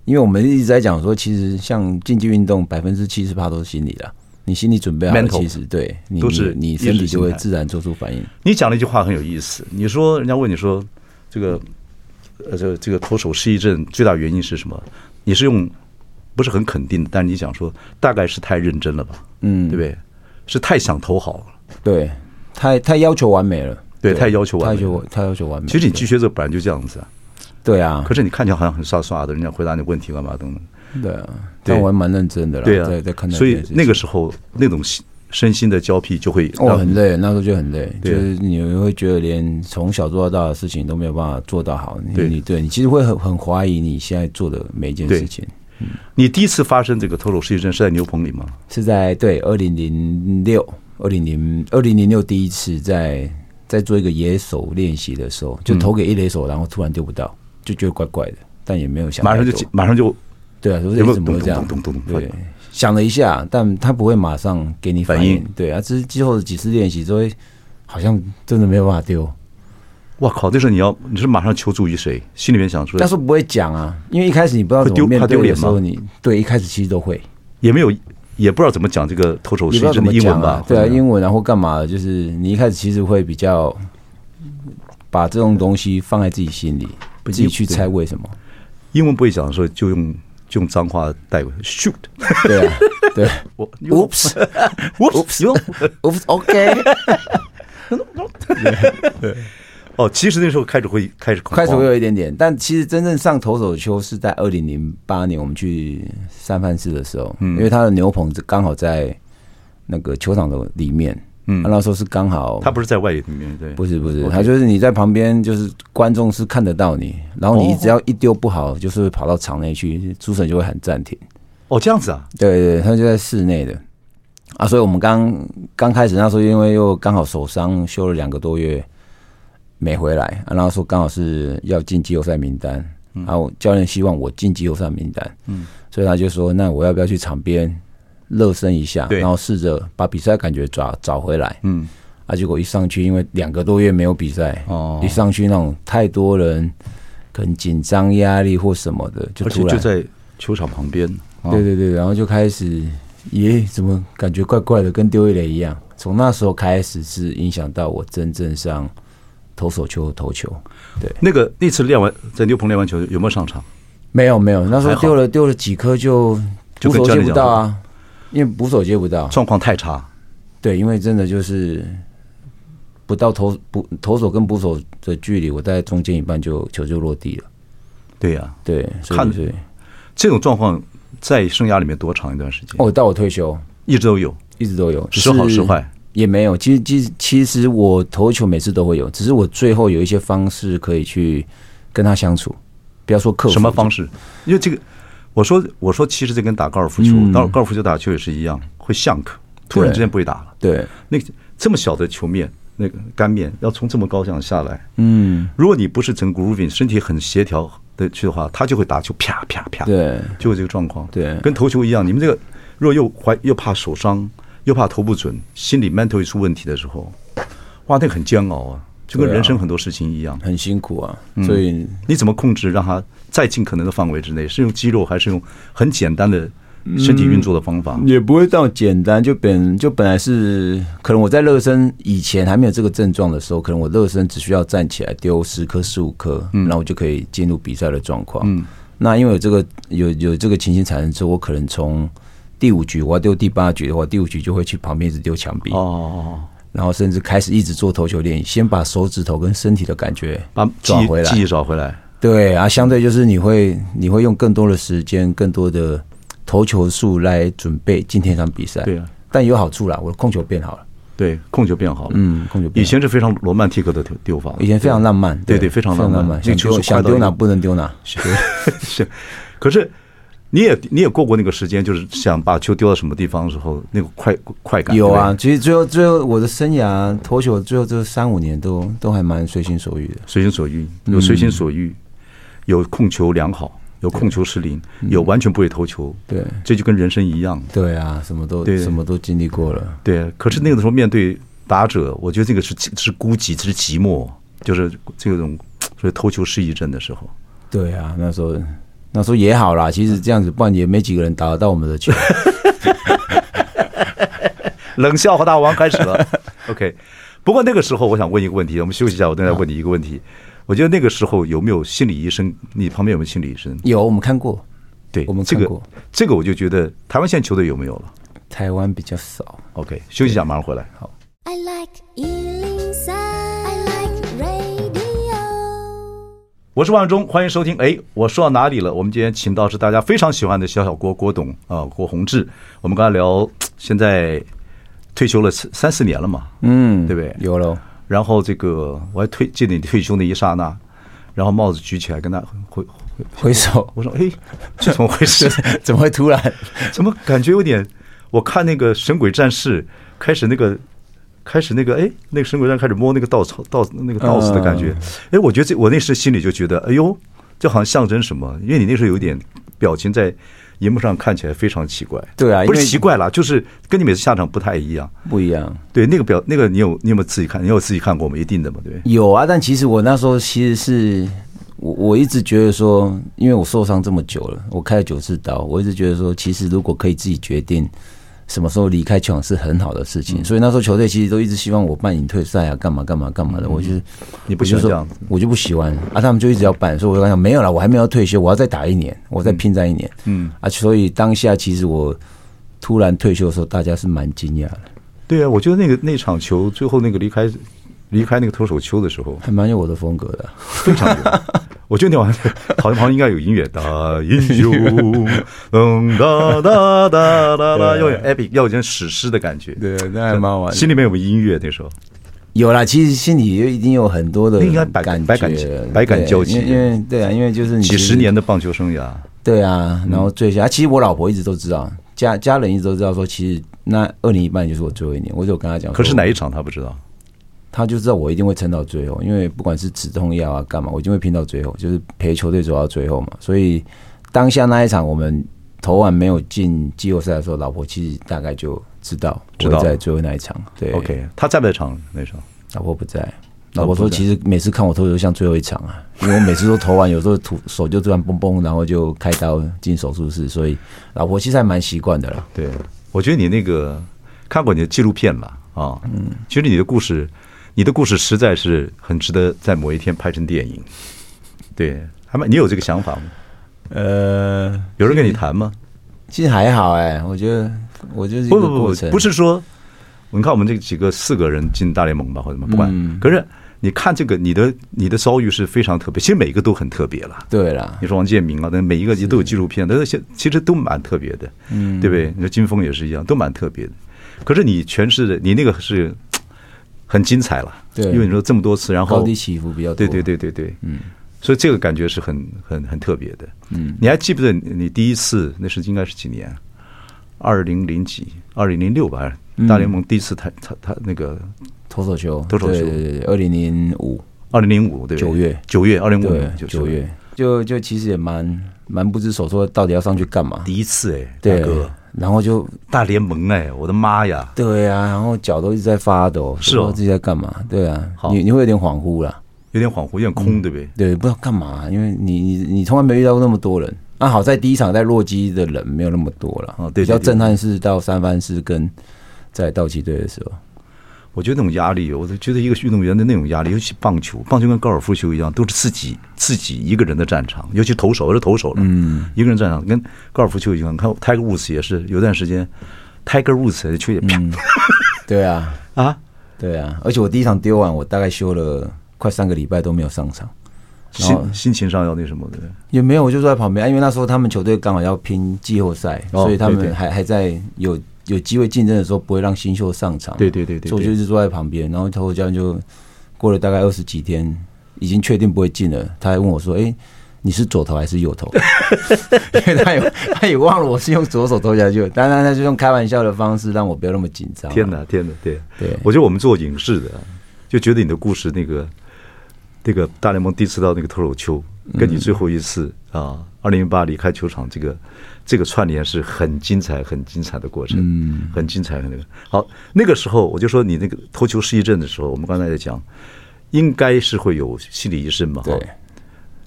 [SPEAKER 3] 因为我们一直在讲说，其实像竞技运动百分之七十八都是心理的，你心理准备好了，
[SPEAKER 1] Mental
[SPEAKER 3] 其实对你
[SPEAKER 1] 都是
[SPEAKER 3] 你
[SPEAKER 1] 意
[SPEAKER 3] 你
[SPEAKER 1] 识
[SPEAKER 3] 身体就会
[SPEAKER 1] 形态
[SPEAKER 3] 自然做出反应，
[SPEAKER 1] 你讲了一句话很有意思，你说人家问你说这个呃这个这个投手失忆症最大原因是什么？你是用不是很肯定的，但是你讲说大概是太认真了吧，
[SPEAKER 3] 嗯
[SPEAKER 1] 对不对？是太想投好了。
[SPEAKER 3] 对，太太要求完美了，
[SPEAKER 1] 对太要求完美
[SPEAKER 3] 太要求太要求完美，
[SPEAKER 1] 其实你拒学者本来就这样子啊，
[SPEAKER 3] 对啊
[SPEAKER 1] 可，是你看起来好像很飒飒的，人家回答你问题干嘛等等，
[SPEAKER 3] 对啊，
[SPEAKER 1] 对
[SPEAKER 3] 但我还蛮认真的啦，
[SPEAKER 1] 对啊
[SPEAKER 3] 在在，看待
[SPEAKER 1] 所
[SPEAKER 3] 这
[SPEAKER 1] 以
[SPEAKER 3] 件事情，
[SPEAKER 1] 那个时候那种心身心的交替就会
[SPEAKER 3] 哦
[SPEAKER 1] 让
[SPEAKER 3] 很累，那时候就很累，就
[SPEAKER 1] 对
[SPEAKER 3] 是你会觉得连从小做到大的事情都没有办法做到好，你
[SPEAKER 1] 对
[SPEAKER 3] 你对你其实会很很怀疑你现在做的每一件
[SPEAKER 1] 对
[SPEAKER 3] 事情。
[SPEAKER 1] 你第一次发生这个投手失忆症是在牛棚里吗？
[SPEAKER 3] 是在对二零零六、二零零二零零六第一次在在做一个野手练习的时候，
[SPEAKER 1] 嗯
[SPEAKER 3] 就投给一垒手，然后突然丢不到，就觉得怪怪的，但也没有想
[SPEAKER 1] 马
[SPEAKER 3] 太多，
[SPEAKER 1] 上就马上就
[SPEAKER 3] 对啊，说
[SPEAKER 1] 有没有
[SPEAKER 3] 这怎么会这样
[SPEAKER 1] 咚咚咚？咚咚
[SPEAKER 3] 对，想了一下，但他不会马上给你反
[SPEAKER 1] 反
[SPEAKER 3] 应，
[SPEAKER 1] 应
[SPEAKER 3] 对啊，只是之后几次练习之后，好像真的没有办法丢。
[SPEAKER 1] 我靠！那时候你要你是马上求助于谁？心里面想说，
[SPEAKER 3] 但是不会讲啊，因为一开始你不知道怎
[SPEAKER 1] 会
[SPEAKER 3] 么
[SPEAKER 1] 丢
[SPEAKER 3] 面
[SPEAKER 1] 怕丢
[SPEAKER 3] 对
[SPEAKER 1] 脸
[SPEAKER 3] 的时候，
[SPEAKER 1] 吗
[SPEAKER 3] 你对一开始其实都会，
[SPEAKER 1] 也没有，也不知道怎么讲这个投手
[SPEAKER 3] 你
[SPEAKER 1] 失
[SPEAKER 3] 不知
[SPEAKER 1] 忆
[SPEAKER 3] 道
[SPEAKER 1] 症
[SPEAKER 3] 怎
[SPEAKER 1] 的
[SPEAKER 3] 么
[SPEAKER 1] 英
[SPEAKER 3] 讲
[SPEAKER 1] 文
[SPEAKER 3] 啊
[SPEAKER 1] 吧？，
[SPEAKER 3] 对啊，
[SPEAKER 1] 为
[SPEAKER 3] 英文然后干嘛的？就是你一开始其实会比较把这种东西放在自己心里，自己去猜为什么。
[SPEAKER 1] 英文不会讲的时候，就用就用脏话带过去 shoot。
[SPEAKER 3] 对啊，对
[SPEAKER 1] 我 [laughs]
[SPEAKER 3] ，Oops，Oops，OK，
[SPEAKER 1] oops oops哦，其实那时候开始会开始恐
[SPEAKER 3] 开
[SPEAKER 1] 慌
[SPEAKER 3] 始会有一点点，但其实真正上投手丘是在二零零八年我们去三藩市的时候，因为他的牛棚刚好在那个球场的里面，嗯，那时候是刚好
[SPEAKER 1] 他不是在外野里面对，
[SPEAKER 3] 不是不是，他就是你在旁边，就是观众是看得到你，然后你只要一丢不好，就是会跑到场内去，主审就会喊暂停。
[SPEAKER 1] 哦这样子啊，
[SPEAKER 3] 对对，对他就在室内的啊，所以我们刚刚开始那时候，因为又刚好手伤休了两个多月没回来，啊、然后说刚好是要进季后赛名单，
[SPEAKER 1] 嗯
[SPEAKER 3] 然后教练希望我进季后赛名单，嗯，所以他就说那我要不要去场边热身一下，
[SPEAKER 1] 对
[SPEAKER 3] 然后试着把比赛感觉找找回来，
[SPEAKER 1] 嗯，
[SPEAKER 3] 啊，结果一上去，因为两个多月没有比赛，
[SPEAKER 1] 哦
[SPEAKER 3] 一上去那种太多人，可能紧张、压力或什么的，就
[SPEAKER 1] 而且
[SPEAKER 3] 突然，
[SPEAKER 1] 就在球场旁边，啊
[SPEAKER 3] 对对对，然后就开始，咦，怎么感觉怪怪的，跟丢一垒一样。从那时候开始，是影响到我真正上投手球投球。
[SPEAKER 1] 那个那次练完在牛棚练完球有没有上场？
[SPEAKER 3] 没有没有，那时
[SPEAKER 1] 还
[SPEAKER 3] 候
[SPEAKER 1] 好
[SPEAKER 3] 丢了丢了几颗就
[SPEAKER 1] 就
[SPEAKER 3] 捕
[SPEAKER 1] 跟
[SPEAKER 3] 手
[SPEAKER 1] 教
[SPEAKER 3] 接
[SPEAKER 1] 练
[SPEAKER 3] 不
[SPEAKER 1] 讲
[SPEAKER 3] 到啊，因为捕手接不到。
[SPEAKER 1] 状况太差，
[SPEAKER 3] 对，因为真的就是不到投捕投手跟捕手的距离，我在中间一半就球就落地了。
[SPEAKER 1] 对呀，
[SPEAKER 3] 对，所
[SPEAKER 1] 看
[SPEAKER 3] 以对，
[SPEAKER 1] 这种状况在生涯里面多长一段时间？
[SPEAKER 3] 哦，到我退休
[SPEAKER 1] 一直都有，
[SPEAKER 3] 一直都有，只
[SPEAKER 1] 时好
[SPEAKER 3] 是
[SPEAKER 1] 时坏，
[SPEAKER 3] 也没有。其实，其实其实我投球每次都会有，只是我最后有一些方式可以去跟他相处，不要说克服
[SPEAKER 1] 什么方式？因为这个，我说我说，其实这跟打高尔夫球，打高尔夫球打球也是一样，会相克，突然之间不会打了。
[SPEAKER 3] 嗯对，
[SPEAKER 1] 那个这么小的球面，那个杆面要从这么高这样下来，
[SPEAKER 3] 嗯，
[SPEAKER 1] 如果你不是整 grooving，身体很协调的去的话，他就会打球啪啪啪，
[SPEAKER 3] 对，
[SPEAKER 1] 就会这个状况。
[SPEAKER 3] 对
[SPEAKER 1] 跟投球一样，你们这个如果又怀又怕手伤，又怕投不准，心理 mental 一出问题的时候，哇，那个很煎熬啊，就跟
[SPEAKER 3] 对啊
[SPEAKER 1] 人生很多事情一样。
[SPEAKER 3] 很辛苦啊。
[SPEAKER 1] 嗯
[SPEAKER 3] 所以
[SPEAKER 1] 你怎么控制让它在尽可能的范围之内？是用肌肉，还是用很简单的
[SPEAKER 3] 嗯
[SPEAKER 1] 身体运作的方法？
[SPEAKER 3] 也不会到简单，就本就本来是可能我在热身以前还没有这个症状的时候，可能我热身只需要站起来丢十颗十五颗，
[SPEAKER 1] 嗯
[SPEAKER 3] 然后我就可以进入比赛的状况。那因为有这个有有这个情形产生之后，我可能从第五局我要丢第八局的话，第五局就会去旁边一直丢墙壁，
[SPEAKER 1] 哦哦，
[SPEAKER 3] 然后甚至开始一直做投球练习，先把手指头跟身体的感觉
[SPEAKER 1] 把记
[SPEAKER 3] 转回
[SPEAKER 1] 忆
[SPEAKER 3] 来
[SPEAKER 1] 记忆找回来。
[SPEAKER 3] 对啊，相对就是你会你会用更多的时间、更多的投球数来准备今天这场比赛。
[SPEAKER 1] 对啊，
[SPEAKER 3] 但有好处啦，我的控球变好了。
[SPEAKER 1] 对，控球变好了。
[SPEAKER 3] 嗯，控球变
[SPEAKER 1] 以
[SPEAKER 3] 好
[SPEAKER 1] 前是非常罗曼蒂克的丢丢法，
[SPEAKER 3] 以前非常浪漫，
[SPEAKER 1] 对对非常浪漫那
[SPEAKER 3] 想
[SPEAKER 1] 个球
[SPEAKER 3] 丢
[SPEAKER 1] 是快
[SPEAKER 3] 想
[SPEAKER 1] 到
[SPEAKER 3] 丢
[SPEAKER 1] 一个
[SPEAKER 3] 哪不能丢哪。
[SPEAKER 1] 是，可是你也你也过过那个时间，就是想把球丢到什么地方的时候，那个快快感
[SPEAKER 3] 有啊，，其实最后最后我的生涯投球最后这三五年都都还蛮随心所欲的。
[SPEAKER 1] 随心所欲，
[SPEAKER 3] 嗯
[SPEAKER 1] 有随心所欲，有控球良好，有控球失灵，有完全不会投球，
[SPEAKER 3] 嗯对
[SPEAKER 1] 这就跟人生一样。
[SPEAKER 3] 对啊，什么都
[SPEAKER 1] 对
[SPEAKER 3] 什么都经历过了。
[SPEAKER 1] 对，可是那个时候面对打者，我觉得这个是是孤寂，是寂寞，就是这种所以投球失忆症的时候。
[SPEAKER 3] 对啊，那时候那时候也好啦，其实这样子，不然也没几个人打得到我们的球。
[SPEAKER 1] 冷笑话大王开始
[SPEAKER 3] [laughs]
[SPEAKER 1] 了。OK，不过那个时候我想问一个问题，我们休息一下，我等下问你一个问题。我觉得那个时候有没有心理医生？你旁边有没有心理医生？
[SPEAKER 3] [laughs] 有我们看过，
[SPEAKER 1] 对，
[SPEAKER 3] 我们
[SPEAKER 1] 这
[SPEAKER 3] 看
[SPEAKER 1] 个
[SPEAKER 3] 过
[SPEAKER 1] 这个我就觉得台湾现在球队有没有了
[SPEAKER 3] 台湾比较少。
[SPEAKER 1] ？OK，休息一下，马上回来。
[SPEAKER 2] I like Ealing Sound. I like radio.
[SPEAKER 1] 我是万忠，欢迎收听。哎，我说到哪里了？我们今天请到是大家非常喜欢的小小郭郭董啊、郭宏志。我们刚才聊，现在退休了三三四年了嘛，
[SPEAKER 3] 嗯，
[SPEAKER 1] 对不对
[SPEAKER 3] 有 [laughs] 喽。
[SPEAKER 1] 然后这个我还退见你退休那一刹那，然后帽子举起来跟他挥挥
[SPEAKER 3] 挥手，
[SPEAKER 1] 我说：“哎，这怎么回事？
[SPEAKER 3] [laughs] 怎么会突然？
[SPEAKER 1] [laughs] 怎么感觉有点？我看那个《神鬼战士》开始那个，开始那个，哎，那个神鬼战士开始摸那个稻草、稻那个稻子的感觉。
[SPEAKER 3] 嗯
[SPEAKER 1] 哎，我觉得这我那时心里就觉得，哎呦，这好像象征什么？因为你那时候有点表情在荧幕上看起来非常奇怪。
[SPEAKER 3] 对啊
[SPEAKER 1] 不
[SPEAKER 3] 因
[SPEAKER 1] 是
[SPEAKER 3] 为
[SPEAKER 1] 奇怪啦，就是跟你每次下场不太一样。
[SPEAKER 3] 不一样。
[SPEAKER 1] 对，那个表那个你有你有没有自己看？你有自己看过吗？一定的嘛，对不对？
[SPEAKER 3] 有啊，但其实我那时候其实是我我一直觉得说，因为我受伤这么久了，我开了九次刀，我一直觉得说，其实如果可以自己决定什么时候离开球场是很好的事情。所以那时候球队其实都一直希望我办引退赛啊，干嘛干嘛干嘛的。我就是
[SPEAKER 1] 你不
[SPEAKER 3] 我
[SPEAKER 1] 喜
[SPEAKER 3] 就
[SPEAKER 1] 欢
[SPEAKER 3] 说
[SPEAKER 1] 这样子，
[SPEAKER 3] 我就不喜欢啊，他们就一直要办，所以我就跟他讲没有了，我还没有退休，我要再打一年，我再拼战一年。
[SPEAKER 1] 嗯
[SPEAKER 3] 啊，所以当下其实我突然退休的时候，大家是蛮惊讶的。
[SPEAKER 1] 对啊，我觉得那个那场球最后那个离开离开那个投手球的时候，
[SPEAKER 3] 还蛮有我的风格的啊、
[SPEAKER 1] 非常远。我觉得那玩意儿好像好像应该有音
[SPEAKER 3] [laughs]
[SPEAKER 1] 乐，大英雄，嗯哒哒哒哒哒，要有 epic，要有点史诗的感觉。
[SPEAKER 3] 对那还蛮好玩的
[SPEAKER 1] 心里面有没有音乐那时候？
[SPEAKER 3] 有啦，其实心里就一定有很多的
[SPEAKER 1] 那应该百
[SPEAKER 3] 感觉
[SPEAKER 1] 百感百感交集
[SPEAKER 3] 对因为因为对啊，因为就是你
[SPEAKER 1] 几十年的嗯棒球生涯，
[SPEAKER 3] 对啊，然后最下、啊，其实我老婆一直都知道，家家人一直都知道说，其实那二零一八年就是我最后一年，我就跟她讲说，
[SPEAKER 1] 可是哪一场他不知道？
[SPEAKER 3] 她就知道我一定会撑到最后，因为不管是止痛药啊干嘛，我一定会拼到最后，就是陪球队走到最后嘛。所以当下那一场我们投完没有进季后赛的时候，老婆其实大概就知道
[SPEAKER 1] 知道
[SPEAKER 3] 我会在最后那一场。对
[SPEAKER 1] OK，他在不在场那时候？
[SPEAKER 3] 老婆不在。
[SPEAKER 1] 老
[SPEAKER 3] 老
[SPEAKER 1] 婆
[SPEAKER 3] 婆
[SPEAKER 1] 不在
[SPEAKER 3] 说，其实每次看我投球都像最后一场啊， [laughs] 因为我每次都投完，有时候吐手就突然嘣嘣，然后就开刀进手术室，所以老婆其实还蛮习惯的了。
[SPEAKER 1] 对，我觉得你那个看过你的纪录片了啊。嗯，其实你的故事，你的故事实在是很值得在某一天拍成电影。对，还蛮你有这个想法吗？
[SPEAKER 3] 呃，
[SPEAKER 1] 有人跟你谈吗？
[SPEAKER 3] 其实还好哎、我觉得我就是一
[SPEAKER 1] 不
[SPEAKER 3] 个
[SPEAKER 1] 不不
[SPEAKER 3] 过
[SPEAKER 1] 不，
[SPEAKER 3] 程，
[SPEAKER 1] 不是说，你看我们这几个四个人进大联盟吧，或者什么，不管。
[SPEAKER 3] 嗯
[SPEAKER 1] 可是你看这个，你的你的遭遇是非常特别，其实每一个都很特别了。
[SPEAKER 3] 对啦
[SPEAKER 1] 你，说王建民啊，但每一个也都有纪录片，但是现其实都蛮特别的，嗯，对不对？你说金峰也是一样，都蛮特别的。可是你诠释的，你那个是嘖很精彩了，
[SPEAKER 3] 对
[SPEAKER 1] 因为你说这么多次，然后
[SPEAKER 3] 高低起伏比较多。
[SPEAKER 1] 对对，对对对，嗯，所以这个感觉是很很很特别的，嗯，你还记不记得你你第一次那是应该是几年？啊二零零几，二零零六吧，
[SPEAKER 3] 嗯
[SPEAKER 1] 大联盟第一次他他他那个
[SPEAKER 3] 投手球，
[SPEAKER 1] 投手球
[SPEAKER 3] 对对对，二零零五
[SPEAKER 1] 二零零五对不对？
[SPEAKER 3] 九月
[SPEAKER 1] 嗯九月二零
[SPEAKER 3] 对
[SPEAKER 1] 五
[SPEAKER 3] 九月，就就其实也蛮蛮不知所措，到底要上去干嘛？
[SPEAKER 1] 第一次哎，大
[SPEAKER 3] 对
[SPEAKER 1] 哥，，
[SPEAKER 3] 然后就
[SPEAKER 1] 大联盟哎，我的妈呀！
[SPEAKER 3] 对啊，然后脚都一直在发抖，
[SPEAKER 1] 是哦
[SPEAKER 3] 不知道自己在干嘛？对啊
[SPEAKER 1] 好，
[SPEAKER 3] 你你会有点恍惚啦，
[SPEAKER 1] 有点恍惚，有点
[SPEAKER 3] 嗯
[SPEAKER 1] 空，对不对？
[SPEAKER 3] 对，不知道干嘛，因为你你你从来没遇到过那么多人。啊，好在第一场在洛基的人没有那么多了，
[SPEAKER 1] 哦对对
[SPEAKER 3] 比较
[SPEAKER 1] 对
[SPEAKER 3] 震撼是到三藩市跟在道奇队的时候，
[SPEAKER 1] 我觉得那种压力，我都觉得一个运动员的那种压力，尤其棒球，棒球跟高尔夫球一样，都是自己自己一个人的战场，尤其投手，我是投手了，嗯，一个人战场跟高尔夫球一样。看 Tiger Woods 也是有段时间，Tiger Woods 的球也啪、
[SPEAKER 3] 对啊，
[SPEAKER 1] 啊，
[SPEAKER 3] 对啊，而且我第一场丢完，我大概休了快三个礼拜都没有上场，然后
[SPEAKER 1] 心心情上要那什么的，
[SPEAKER 3] 也没有，我就坐在旁边，啊因为那时候他们球队刚好要拼季后赛，
[SPEAKER 1] 哦
[SPEAKER 3] 所以他
[SPEAKER 1] 对对
[SPEAKER 3] 们还还在有有机会竞争的时候，不会让新秀上场。
[SPEAKER 1] 对对对对
[SPEAKER 3] 所以我就一直坐在旁边，然后投手教练就过了大概二十几天，已经确定不会进了，他还问我说：“哎、你是左投还是右投？” [laughs] 因为他也他也忘了我是用左手投下去，当然他就用开玩笑的方式让我不要那么紧张。啊
[SPEAKER 1] 天！哪，天哪，对，
[SPEAKER 3] 对
[SPEAKER 1] 我觉得我们做影视的，就觉得你的故事那个，那个大联盟第一次到那个脱口球，
[SPEAKER 3] 嗯
[SPEAKER 1] 跟你最后一次啊，二零零八离开球场，这个这个串联是很精彩、很精彩的过程，嗯，很精彩的那个。好，那个时候我就说你那个投球失忆症的时候，我们刚才在讲，应该是会有心理医生嘛，
[SPEAKER 3] 对
[SPEAKER 1] 哈，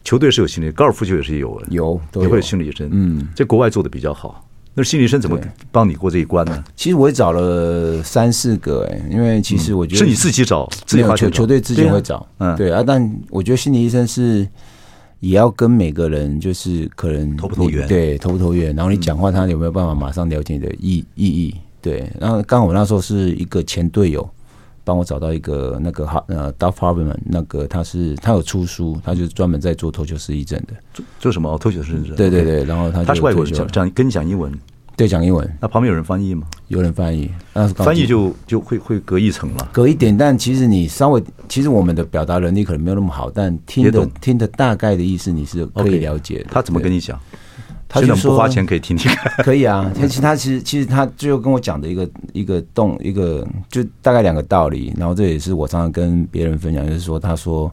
[SPEAKER 1] 球队是有心理，高尔夫球也是有，
[SPEAKER 3] 有都
[SPEAKER 1] 也会有
[SPEAKER 3] 有
[SPEAKER 1] 心理医生，嗯，在国外做的比较好。那心理医生怎么
[SPEAKER 3] 对
[SPEAKER 1] 帮你过这一关呢？
[SPEAKER 3] 其实我也找了三四个、哎，因为其实我觉
[SPEAKER 1] 嗯
[SPEAKER 3] 得、
[SPEAKER 1] 是你自己找，自己
[SPEAKER 3] 没有
[SPEAKER 1] 花
[SPEAKER 3] 球
[SPEAKER 1] 钱
[SPEAKER 3] 球队之
[SPEAKER 1] 对
[SPEAKER 3] 前
[SPEAKER 1] 啊
[SPEAKER 3] 会找，
[SPEAKER 1] 嗯
[SPEAKER 3] 对啊，但我觉得心理医生是也要跟每个人就是可能
[SPEAKER 1] 投不投
[SPEAKER 3] 你
[SPEAKER 1] 缘
[SPEAKER 3] 对，投不投缘，然后你讲话他有没有办法马上了解你的意
[SPEAKER 1] 嗯
[SPEAKER 3] 意义，对，然后刚好我那时候是一个前队友。帮我找到一个那个哈呃 d a f Harberman，那个他是他有出书，他就是专门在做投球失忆症的，
[SPEAKER 1] 做做什么？哦，脱球是
[SPEAKER 3] 对对，对，然后他
[SPEAKER 1] OK
[SPEAKER 3] 就
[SPEAKER 1] 他是外国人，
[SPEAKER 3] 退休
[SPEAKER 1] 讲
[SPEAKER 3] 了
[SPEAKER 1] 讲跟你讲英文，
[SPEAKER 3] 对讲英文，
[SPEAKER 1] 那旁边有人翻译吗？
[SPEAKER 3] 有人翻译，那是刚好
[SPEAKER 1] 翻
[SPEAKER 3] 进
[SPEAKER 1] 译就就会会隔一层了。
[SPEAKER 3] 隔一点，但其实你稍微，其实我们的表达能力可能没有那么好，但听
[SPEAKER 1] 也
[SPEAKER 3] 的
[SPEAKER 1] 懂
[SPEAKER 3] 听的大概的意思你是可
[SPEAKER 1] OK
[SPEAKER 3] 以了解的。
[SPEAKER 1] 他怎么跟
[SPEAKER 3] 你？
[SPEAKER 1] 你讲？
[SPEAKER 3] 他
[SPEAKER 1] 现在我
[SPEAKER 3] 就
[SPEAKER 1] 们不
[SPEAKER 3] 说
[SPEAKER 1] 花钱可以听听 [laughs] 看。
[SPEAKER 3] 可以啊，
[SPEAKER 1] 嗯
[SPEAKER 3] 他其实他其实其实他最后跟我讲的一个一个动一个就大概两个道理，然后这也是我常常跟别人分享，就是说他说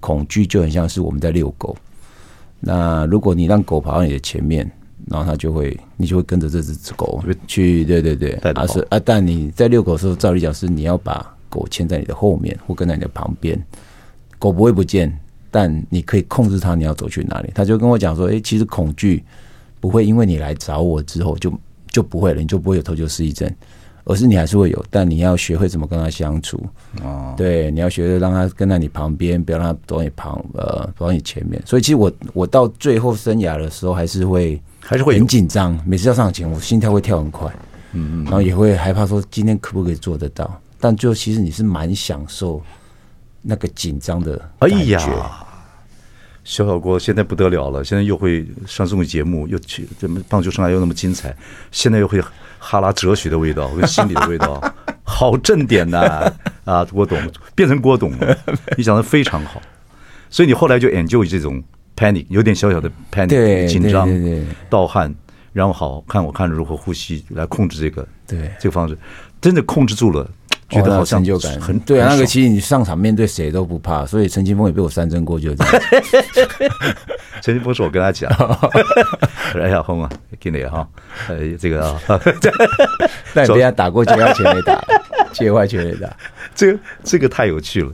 [SPEAKER 3] 恐惧就很像是我们在遛狗，那如果你让狗跑到你的前面，然后它就会你就会跟着这只狗
[SPEAKER 1] 就会
[SPEAKER 3] 去，对对对，
[SPEAKER 1] 带着
[SPEAKER 3] 啊
[SPEAKER 1] 跑
[SPEAKER 3] 是啊，但你在遛狗的时候，照理讲是你要把狗牵在你的后面或跟在你的旁边，狗不会不见，但你可以控制它你要走去哪里。他就跟我讲说，诶，其实恐惧不会因为你来找我之后就就不会了，你就不会有投球失忆症，而是你还是会有，但你要学会怎么跟它相处。
[SPEAKER 1] 哦，
[SPEAKER 3] 对，你要学着让他跟在你旁边，不要让他走到你旁呃走到你前面。所以其实我我到最后生涯的时候，还是会
[SPEAKER 1] 还是会有
[SPEAKER 3] 很紧张，每次要上场前，我心跳会跳很快，嗯嗯，然后也会害怕说今天可不可以做得到。但最后其实你是蛮享受那个紧张的
[SPEAKER 1] 哎
[SPEAKER 3] 感觉，
[SPEAKER 1] 呀，小小郭现在不得了了，现在又会上综艺节目，又去怎么棒球生涯又那么精彩，现在又会哈拉哲学的味道跟心理的味
[SPEAKER 3] [laughs]
[SPEAKER 1] 道，好正点呐啊郭董变成郭董了，你讲的非常好，所以你后来就 enjoy 这种 panic，有点小小的 panic
[SPEAKER 3] 对
[SPEAKER 1] 紧张
[SPEAKER 3] 对对对
[SPEAKER 1] 盗汗，然后好看我看如何呼吸来控制这个
[SPEAKER 3] 对
[SPEAKER 1] 这个方式，真的控制住了，觉
[SPEAKER 3] 哦
[SPEAKER 1] 得
[SPEAKER 3] 那
[SPEAKER 1] 好
[SPEAKER 3] 个
[SPEAKER 1] 像
[SPEAKER 3] 成就感
[SPEAKER 1] 很
[SPEAKER 3] 对啊，
[SPEAKER 1] 很
[SPEAKER 3] 那
[SPEAKER 1] 爽
[SPEAKER 3] 个其实你上场面对谁都不怕，所以陈清风也被我三针过，就是这
[SPEAKER 1] [laughs]
[SPEAKER 3] 样。
[SPEAKER 1] 陈金峰是我跟他讲，我说哎呀，红啊，给你哈，呃，这个啊， [laughs]
[SPEAKER 3] 但人家打过界外全垒打，界外全垒打。
[SPEAKER 1] 这个这个太有趣了。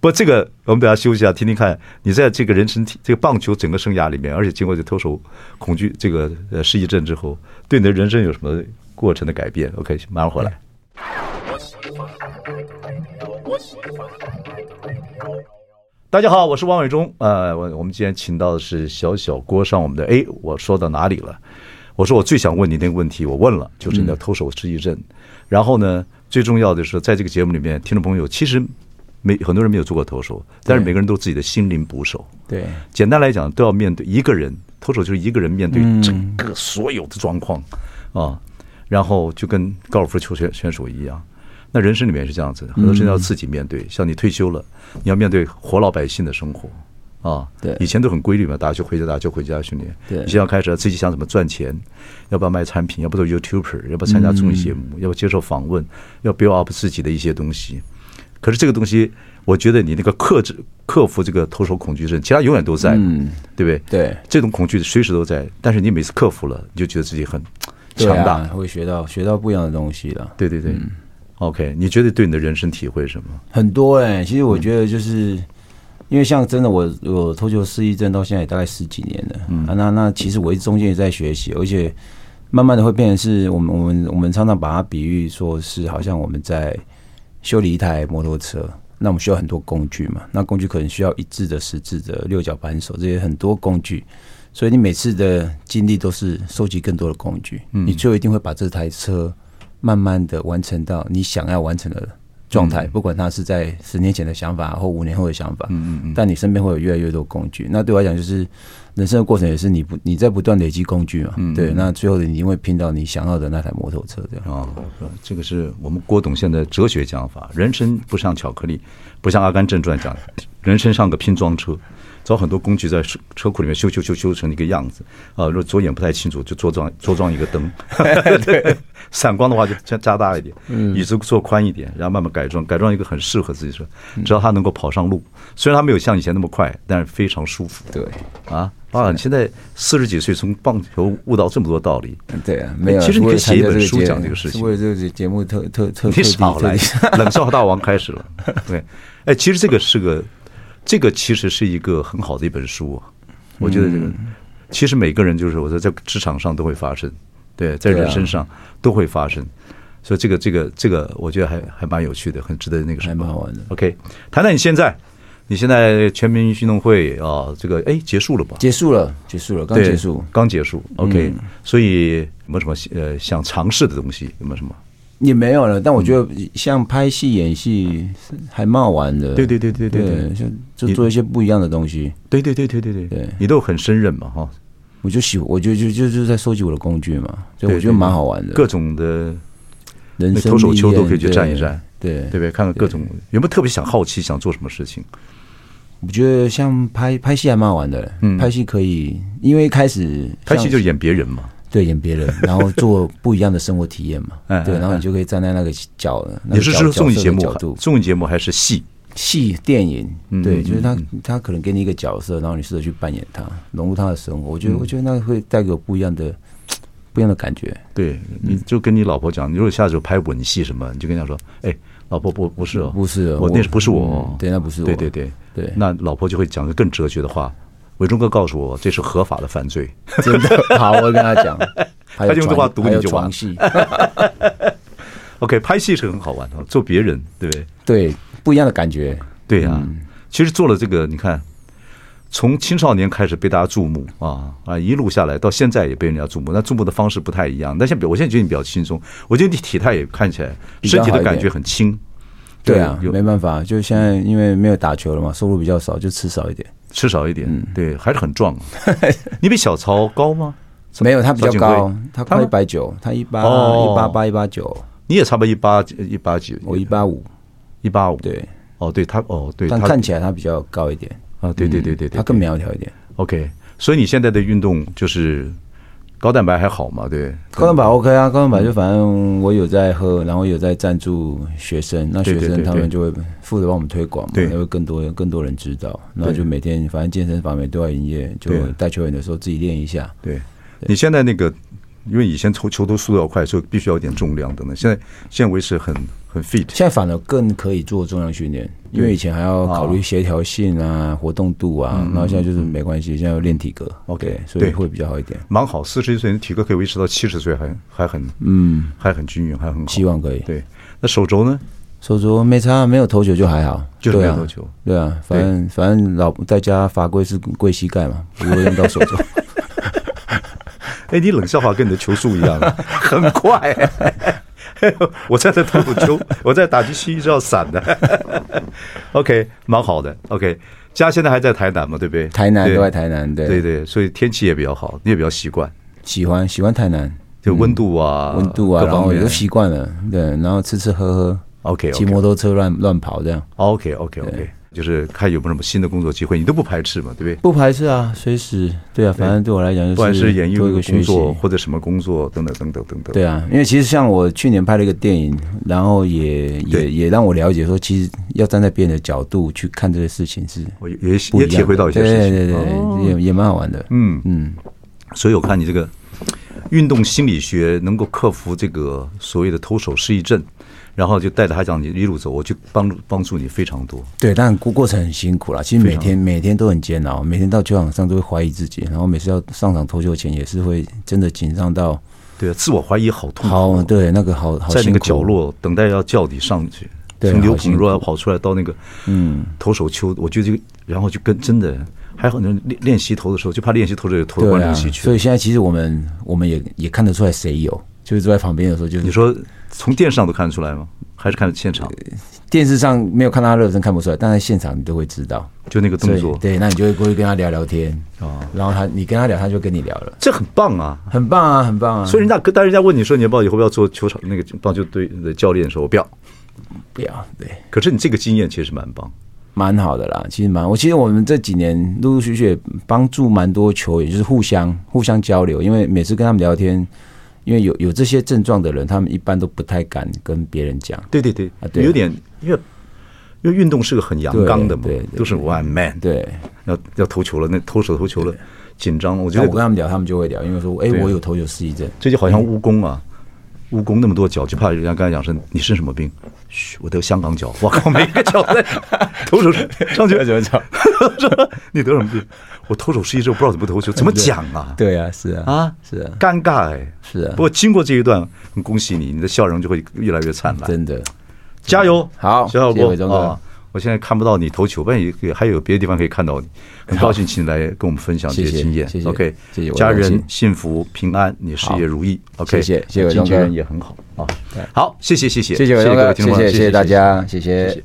[SPEAKER 1] 不，这个我们等下休息一下，听听看你在这个人生体这个棒球整个生涯里面，而且经过这投手恐惧这个呃失忆症之后，对你的人生有什么过程的改变？OK，马上回来。大家好，我是王伟忠。呃，我我们今天请到的是小小郭上我们的。哎，我说到哪里了？我说我最想问你那个问题，我问了，就是你的投手失忆症。然后呢，最重要的是，在这个节目里面，听众朋友其实没很多人没有做过投手，但是每个人都有自己的心灵捕手。
[SPEAKER 3] 对，
[SPEAKER 1] 简单来讲，都要面对一个人，投手就是一个人面对整个所有的状况、啊，然后就跟高尔夫球选选手一样，那人生里面也是这样子，很多事情要自己面对。像你退休了，你要面对活老百姓的生活啊，
[SPEAKER 3] 对
[SPEAKER 1] 以前都很规律嘛，打球回家打球回家训练，
[SPEAKER 3] 对
[SPEAKER 1] 你现在要开始自己想怎么赚钱，要不要卖产品，要不做 YouTuber，要不要参加综艺节目，要
[SPEAKER 3] 嗯
[SPEAKER 1] 不要接受访问，要 build up 自己的一些东西。可是这个东西，我觉得你那个克制、克服这个投手恐惧症，其他永远都在，嗯，对不对？
[SPEAKER 3] 对
[SPEAKER 1] 这种恐惧随时都在，但是你每次克服了，你就觉得自己很 [laughs]
[SPEAKER 3] 对
[SPEAKER 1] 强
[SPEAKER 3] 啊嗯
[SPEAKER 1] 大。
[SPEAKER 3] 会学到学到不一样的东西了。
[SPEAKER 1] 对对对、o k 你觉得对你的人生体会是什么？
[SPEAKER 3] 很多哎、其实我觉得就是、因为像真的我我投球失忆症到现在也大概十几年了，啊、那那其实我一直中间也在学习，而且慢慢的会变成是我们我们我们常常把它比喻说是好像我们在修理一台摩托车，那我们需要很多工具嘛，那工具可能需要一致的、十字的、六角扳手这些很多工具，所以你每次的精力都是收集更多的工具，
[SPEAKER 1] 嗯
[SPEAKER 3] 你最后一定会把这台车慢慢的完成到你想要完成的状
[SPEAKER 1] 嗯
[SPEAKER 3] 态，不管它是在十年前的想法或五年后的想法，嗯嗯嗯，但你身边会有越来越多工具，那对我来讲就是。人生的过程也是你不你在不断累积工具嘛，
[SPEAKER 1] 嗯
[SPEAKER 3] 对，那最后你一定会拼到你想要的那台摩托车这样。
[SPEAKER 1] 啊、这个是我们郭董现在哲学讲法，人生不像巧克力，不像《阿甘正传》讲，人生像个拼装车，找很多工具在车车库里面修修修修成一个样子啊。如果左眼不太清楚，就多装多装一个灯， [laughs] 对，散光的话就加加大一点，椅子坐宽一点，然后慢慢改装，改装一个很适合自己的车，只要它能够跑上路，虽然它没有像以前那么快，但是非常舒服。
[SPEAKER 3] 对，
[SPEAKER 1] 啊。啊！你现在四十几岁，从棒球悟到这么多道理，
[SPEAKER 3] 对啊，没有。
[SPEAKER 1] 哎其实你可以
[SPEAKER 3] 为了参
[SPEAKER 1] 写一
[SPEAKER 3] 加
[SPEAKER 1] 本
[SPEAKER 3] 个
[SPEAKER 1] 书
[SPEAKER 3] 节
[SPEAKER 1] 讲这个事情
[SPEAKER 3] 是为了这个节目特特
[SPEAKER 1] [laughs]
[SPEAKER 3] 特
[SPEAKER 1] 你
[SPEAKER 3] 特地
[SPEAKER 1] 少
[SPEAKER 3] 特
[SPEAKER 1] 来
[SPEAKER 3] 地，
[SPEAKER 1] [laughs] 冷笑话大王开始了。对，哎，其实这个是个，这个其实是一个很好的一本书、啊，我觉得这个，
[SPEAKER 3] 嗯
[SPEAKER 1] 其实每个人就是我说在职场上都会发生，对，在
[SPEAKER 3] 对啊
[SPEAKER 1] 人身上都会发生，所以这个这个这个，我觉得还还蛮有趣的，很值得那个什
[SPEAKER 3] 还
[SPEAKER 1] 么
[SPEAKER 3] 蛮。好玩的。
[SPEAKER 1] OK，谈谈你现在，你现在全民运动会啊，这个哎结束了吧？
[SPEAKER 3] 结束了，结束了，刚
[SPEAKER 1] 对
[SPEAKER 3] 结束。嗯
[SPEAKER 1] 刚结束。OK，、所以有没有什么呃想尝试的东西？有没有什么？
[SPEAKER 3] 也没有了，但我觉得像拍戏、演戏是还蛮好玩
[SPEAKER 1] 嗯
[SPEAKER 3] 的。
[SPEAKER 1] 对对对对对对
[SPEAKER 3] 对，就就做一些不一样的东西。
[SPEAKER 1] 对对对对对对，
[SPEAKER 3] 对
[SPEAKER 1] 你都很胜任嘛哈，
[SPEAKER 3] 我就喜，我就就就就是在收集我的工具嘛，所以
[SPEAKER 1] 对
[SPEAKER 3] 我觉得蛮好玩的。
[SPEAKER 1] 各种的
[SPEAKER 3] 人
[SPEAKER 1] 那
[SPEAKER 3] 生
[SPEAKER 1] 投手
[SPEAKER 3] 历
[SPEAKER 1] 球都
[SPEAKER 3] 练
[SPEAKER 1] 可以去
[SPEAKER 3] 对
[SPEAKER 1] 站一站，
[SPEAKER 3] 对
[SPEAKER 1] 对不对？看看各种有没有特别想好奇想做什么事情？
[SPEAKER 3] 我觉得像拍拍戏还蛮好玩的，拍戏可以，因为一开始
[SPEAKER 1] 嗯拍戏
[SPEAKER 3] 像
[SPEAKER 1] 就是演别人嘛，
[SPEAKER 3] 对演别
[SPEAKER 1] [laughs]
[SPEAKER 3] 人，然后做不一样的生活体验嘛
[SPEAKER 1] 嗯，
[SPEAKER 3] 对，
[SPEAKER 1] 嗯
[SPEAKER 3] 然后你就可以站在那个角，那
[SPEAKER 1] 你
[SPEAKER 3] 个
[SPEAKER 1] 是
[SPEAKER 3] 角
[SPEAKER 1] 说综艺
[SPEAKER 3] 角色
[SPEAKER 1] 节
[SPEAKER 3] 的
[SPEAKER 1] 目
[SPEAKER 3] 角度，，
[SPEAKER 1] 综艺节目还是戏？
[SPEAKER 3] 戏电影，
[SPEAKER 1] 嗯
[SPEAKER 3] 对，
[SPEAKER 1] 嗯
[SPEAKER 3] 就是他他可能给你一个角色，然后你试着去扮演他，融入他的生活，我
[SPEAKER 1] 嗯
[SPEAKER 3] 觉得我觉得那会带给我不一样的不一样的感觉，
[SPEAKER 1] 对，你
[SPEAKER 3] 嗯
[SPEAKER 1] 就跟你老婆讲，你如果下次有拍吻戏什么，你就跟她说，哎，老婆不不是哦，
[SPEAKER 3] 不是
[SPEAKER 1] 我那是不是我哦
[SPEAKER 3] 嗯？对，那不是我，
[SPEAKER 1] 对对对
[SPEAKER 3] 对
[SPEAKER 1] 那老婆就会讲个更哲学的话。伟忠哥告诉我，这是合法的犯罪。 [laughs]
[SPEAKER 3] 真
[SPEAKER 1] [laughs]
[SPEAKER 3] 的好，我会跟他讲，还
[SPEAKER 1] 他
[SPEAKER 3] 有
[SPEAKER 1] 就用这话
[SPEAKER 3] 床
[SPEAKER 1] 堵
[SPEAKER 3] 还
[SPEAKER 1] 你
[SPEAKER 3] 有
[SPEAKER 1] 就完
[SPEAKER 3] 床戏，
[SPEAKER 1] OK，拍戏是很好玩的，做别人，对不对？
[SPEAKER 3] 对，不一样的感觉，
[SPEAKER 1] 对呀、
[SPEAKER 3] 嗯
[SPEAKER 1] 其实做了这个，你看，从青少年开始被大家注目啊啊，一路下来到现在也被人家注目。那注目的方式不太一样，但现在比我现在觉得你比较轻松，我觉得你体态也看起来，
[SPEAKER 3] 比较
[SPEAKER 1] 身
[SPEAKER 3] 好
[SPEAKER 1] 体的
[SPEAKER 3] 一
[SPEAKER 1] 感觉
[SPEAKER 3] 点
[SPEAKER 1] 很轻。
[SPEAKER 3] 对啊，
[SPEAKER 1] 有
[SPEAKER 3] 没办法，就现在因为没有打球了嘛，收入比较少，就吃少一点。
[SPEAKER 1] 吃少一点，
[SPEAKER 3] 嗯
[SPEAKER 1] 对，还是很
[SPEAKER 3] [laughs]
[SPEAKER 1] 壮。你比小曹高吗？
[SPEAKER 3] 没有，他比较
[SPEAKER 1] 小警
[SPEAKER 3] 高
[SPEAKER 1] 徽，
[SPEAKER 3] 他
[SPEAKER 1] 他
[SPEAKER 3] 快
[SPEAKER 1] 们
[SPEAKER 3] 一百九，他一八
[SPEAKER 1] 哦
[SPEAKER 3] 一八八一八九，
[SPEAKER 1] 你也差不多一八一八几，
[SPEAKER 3] 我一八五，
[SPEAKER 1] 一八五。
[SPEAKER 3] 对，
[SPEAKER 1] 哦，对他，哦，对
[SPEAKER 3] 但
[SPEAKER 1] 他
[SPEAKER 3] 看起来他比较高一点，
[SPEAKER 1] 啊，对对对对对，
[SPEAKER 3] 他更苗条一点。
[SPEAKER 1] OK。所以你现在的运动就是高蛋白还好嘛？对，
[SPEAKER 3] 高蛋白 OK 啊，高蛋白就反正我有在喝，然后有在赞助学生，那
[SPEAKER 1] 对
[SPEAKER 3] 学
[SPEAKER 1] 对对
[SPEAKER 3] 生他
[SPEAKER 1] 对
[SPEAKER 3] 们就会负责帮我们推广嘛，
[SPEAKER 1] 对
[SPEAKER 3] 也会更多更多人知道，然后
[SPEAKER 1] 对
[SPEAKER 3] 就每天反正健身房每都要营业，就
[SPEAKER 1] 对
[SPEAKER 3] 带球员的时候自己练一下，
[SPEAKER 1] 对，你现在那个，因为以前球球都速度要快，所以必须要有点重量等等。现在现在维持很很 fit，
[SPEAKER 3] 现在反而更可以做重量训练，因为以前还要考虑协调性啊、活动度啊，然后现在就是没关系，现在要练体格
[SPEAKER 1] 嗯 OK，
[SPEAKER 3] 对所以
[SPEAKER 1] 对
[SPEAKER 3] 会比较好一点。
[SPEAKER 1] 蛮好。四十一岁，你体格可以维持到七十岁，还还很嗯，还很均匀，还很好。
[SPEAKER 3] 希望可以。
[SPEAKER 1] 对，那手肘呢？
[SPEAKER 3] 手镯没差，没有投球就还好，
[SPEAKER 1] 就是没有
[SPEAKER 3] 对啊
[SPEAKER 1] 投球。
[SPEAKER 3] 对啊，反正反正老在家罚跪是跪膝盖嘛，不会用
[SPEAKER 1] [laughs]
[SPEAKER 3] 到手镯。
[SPEAKER 1] 哎，你冷笑话跟你的球速一
[SPEAKER 3] [laughs]
[SPEAKER 1] 样，很快、 [laughs] 我在这投球，我在打击区是要闪的。OK，蛮好的。OK，家现在还在台南嘛，对不对？
[SPEAKER 3] 台南
[SPEAKER 1] 对
[SPEAKER 3] 都在台南，对
[SPEAKER 1] 对对，所以天气也比较好，你也比较习惯，
[SPEAKER 3] 喜欢喜欢台南
[SPEAKER 1] 就温度啊、
[SPEAKER 3] 温度啊，
[SPEAKER 1] 各
[SPEAKER 3] 然
[SPEAKER 1] 方
[SPEAKER 3] 后也
[SPEAKER 1] 面
[SPEAKER 3] 都习惯了，对，然后吃吃喝喝
[SPEAKER 1] OK，OK
[SPEAKER 3] 骑摩托车乱乱跑这样，
[SPEAKER 1] OK OK OK，就是看有没有什么新的工作机会，你都不排斥嘛，对不
[SPEAKER 3] 不排斥啊，随时对啊，反正对我来讲
[SPEAKER 1] 对？
[SPEAKER 3] 就
[SPEAKER 1] 不管是演艺
[SPEAKER 3] 多一个学
[SPEAKER 1] 工
[SPEAKER 3] 习。
[SPEAKER 1] 作或者什么工作等等等等等等。
[SPEAKER 3] 对啊，因为其实像我去年拍了一个电影，然后也
[SPEAKER 1] 对
[SPEAKER 3] 也也让我了解说，其实要站在别人的角度去看这些事情是
[SPEAKER 1] 我也也
[SPEAKER 3] 不一
[SPEAKER 1] 也
[SPEAKER 3] 样的
[SPEAKER 1] 体会到一些事情。
[SPEAKER 3] 对对对
[SPEAKER 1] 哦
[SPEAKER 3] 对，也也蛮好玩的。
[SPEAKER 1] 嗯，
[SPEAKER 3] 嗯，
[SPEAKER 1] 所以我看你这个运动心理学能够克服这个所谓的投手失忆症，然后就带着他讲你一路走，我去帮助帮助你非常多。
[SPEAKER 3] 对，但过过程很辛苦啦。其实每天每天都很煎熬，每天到球场上都会怀疑自己，然后每次要上场投球前也是会真的紧张到
[SPEAKER 1] 对啊，自我怀疑好痛苦
[SPEAKER 3] 好
[SPEAKER 1] 哦，
[SPEAKER 3] 对那个好好
[SPEAKER 1] 在那
[SPEAKER 3] 辛
[SPEAKER 1] 个
[SPEAKER 3] 苦
[SPEAKER 1] 角落等待要叫你上去。
[SPEAKER 3] 对
[SPEAKER 1] 从刘
[SPEAKER 3] 好
[SPEAKER 1] 捧
[SPEAKER 3] 辛苦
[SPEAKER 1] 若要跑出来到那个
[SPEAKER 3] 嗯，
[SPEAKER 1] 投手丘，我觉得就然后就跟真的还好，练练习投的时候就怕练习投着投到
[SPEAKER 3] 对
[SPEAKER 1] 观
[SPEAKER 3] 啊，
[SPEAKER 1] 众席去
[SPEAKER 3] 所
[SPEAKER 1] 了。
[SPEAKER 3] 以现在其实我们我们也也看得出来谁有，就是坐在旁边的时候，就是
[SPEAKER 1] 你说从电视上都看得出来吗？还是看现场？
[SPEAKER 3] 电视上没有看到他热身看不出来，但在现场你都会知道
[SPEAKER 1] 就那个动
[SPEAKER 3] 所以
[SPEAKER 1] 作，
[SPEAKER 3] 对，那你就会过去跟他聊聊天
[SPEAKER 1] 哦
[SPEAKER 3] 然后他你跟他聊，他就跟你聊了，
[SPEAKER 1] 这很棒啊！
[SPEAKER 3] 很棒啊，很棒啊。
[SPEAKER 1] 所以人家当人家问你说你要不要以后不要做球场那个棒球队的教练的时候，我不要。
[SPEAKER 3] 不要对，
[SPEAKER 1] 可是你这个经验其实蛮棒，
[SPEAKER 3] 蛮好的啦，其实蛮我其实我们这几年陆陆续续也帮助蛮多球员，就是互相互相交流，因为每次跟他们聊天，因为有有这些症状的人，他们一般都不太敢跟别人讲。
[SPEAKER 1] 对对对
[SPEAKER 3] 对啊
[SPEAKER 1] 有点因为因为运动是个很阳刚的嘛
[SPEAKER 3] 对对对，
[SPEAKER 1] 都是 one man，
[SPEAKER 3] 对，
[SPEAKER 1] 要要投球了，那投手投球了紧张，我觉
[SPEAKER 3] 那我
[SPEAKER 1] 得
[SPEAKER 3] 跟他们聊，他们就会聊，因为说，哎、
[SPEAKER 1] 对啊
[SPEAKER 3] 我有头有失忆症，
[SPEAKER 1] 这就好像蜈蚣啊，蜈蚣那么多脚，就怕人家跟他讲说你生什么病？嘘，我得香港脚，我靠，每个脚 [laughs] 在投手上去
[SPEAKER 3] 怎么讲？
[SPEAKER 1] [laughs] 说你得什么病？我投手失忆症，我不知道怎么投球，怎么讲啊？
[SPEAKER 3] 对啊，是啊，
[SPEAKER 1] 啊，
[SPEAKER 3] 是啊，
[SPEAKER 1] 尴尬哎，
[SPEAKER 3] 是啊
[SPEAKER 1] 不过经过这一段，很恭喜你，你的笑容就会越来越灿烂，
[SPEAKER 3] 真的，
[SPEAKER 1] 加油！
[SPEAKER 3] 好
[SPEAKER 1] 小小
[SPEAKER 3] 谢谢
[SPEAKER 1] 波
[SPEAKER 3] 伟忠哥
[SPEAKER 1] 啊！我现在看不到你投球，但也也还有别的地方可以看到
[SPEAKER 3] [laughs]
[SPEAKER 1] 你。很高兴请你来跟我们分享这些
[SPEAKER 3] 谢谢
[SPEAKER 1] 经验
[SPEAKER 3] 谢。谢
[SPEAKER 1] OK，
[SPEAKER 3] 谢谢我
[SPEAKER 1] 家
[SPEAKER 3] 很荣
[SPEAKER 1] 人
[SPEAKER 3] 幸
[SPEAKER 1] 幸福平安，你事业如意。OK，
[SPEAKER 3] 谢谢谢谢伟
[SPEAKER 1] 经
[SPEAKER 3] 忠
[SPEAKER 1] 纪
[SPEAKER 3] 哥
[SPEAKER 1] 人也很好啊。好，谢谢谢谢
[SPEAKER 3] 谢谢伟东
[SPEAKER 1] 各
[SPEAKER 3] 哥
[SPEAKER 1] 位，听众朋友，
[SPEAKER 3] 谢谢大。家，谢谢
[SPEAKER 1] 谢谢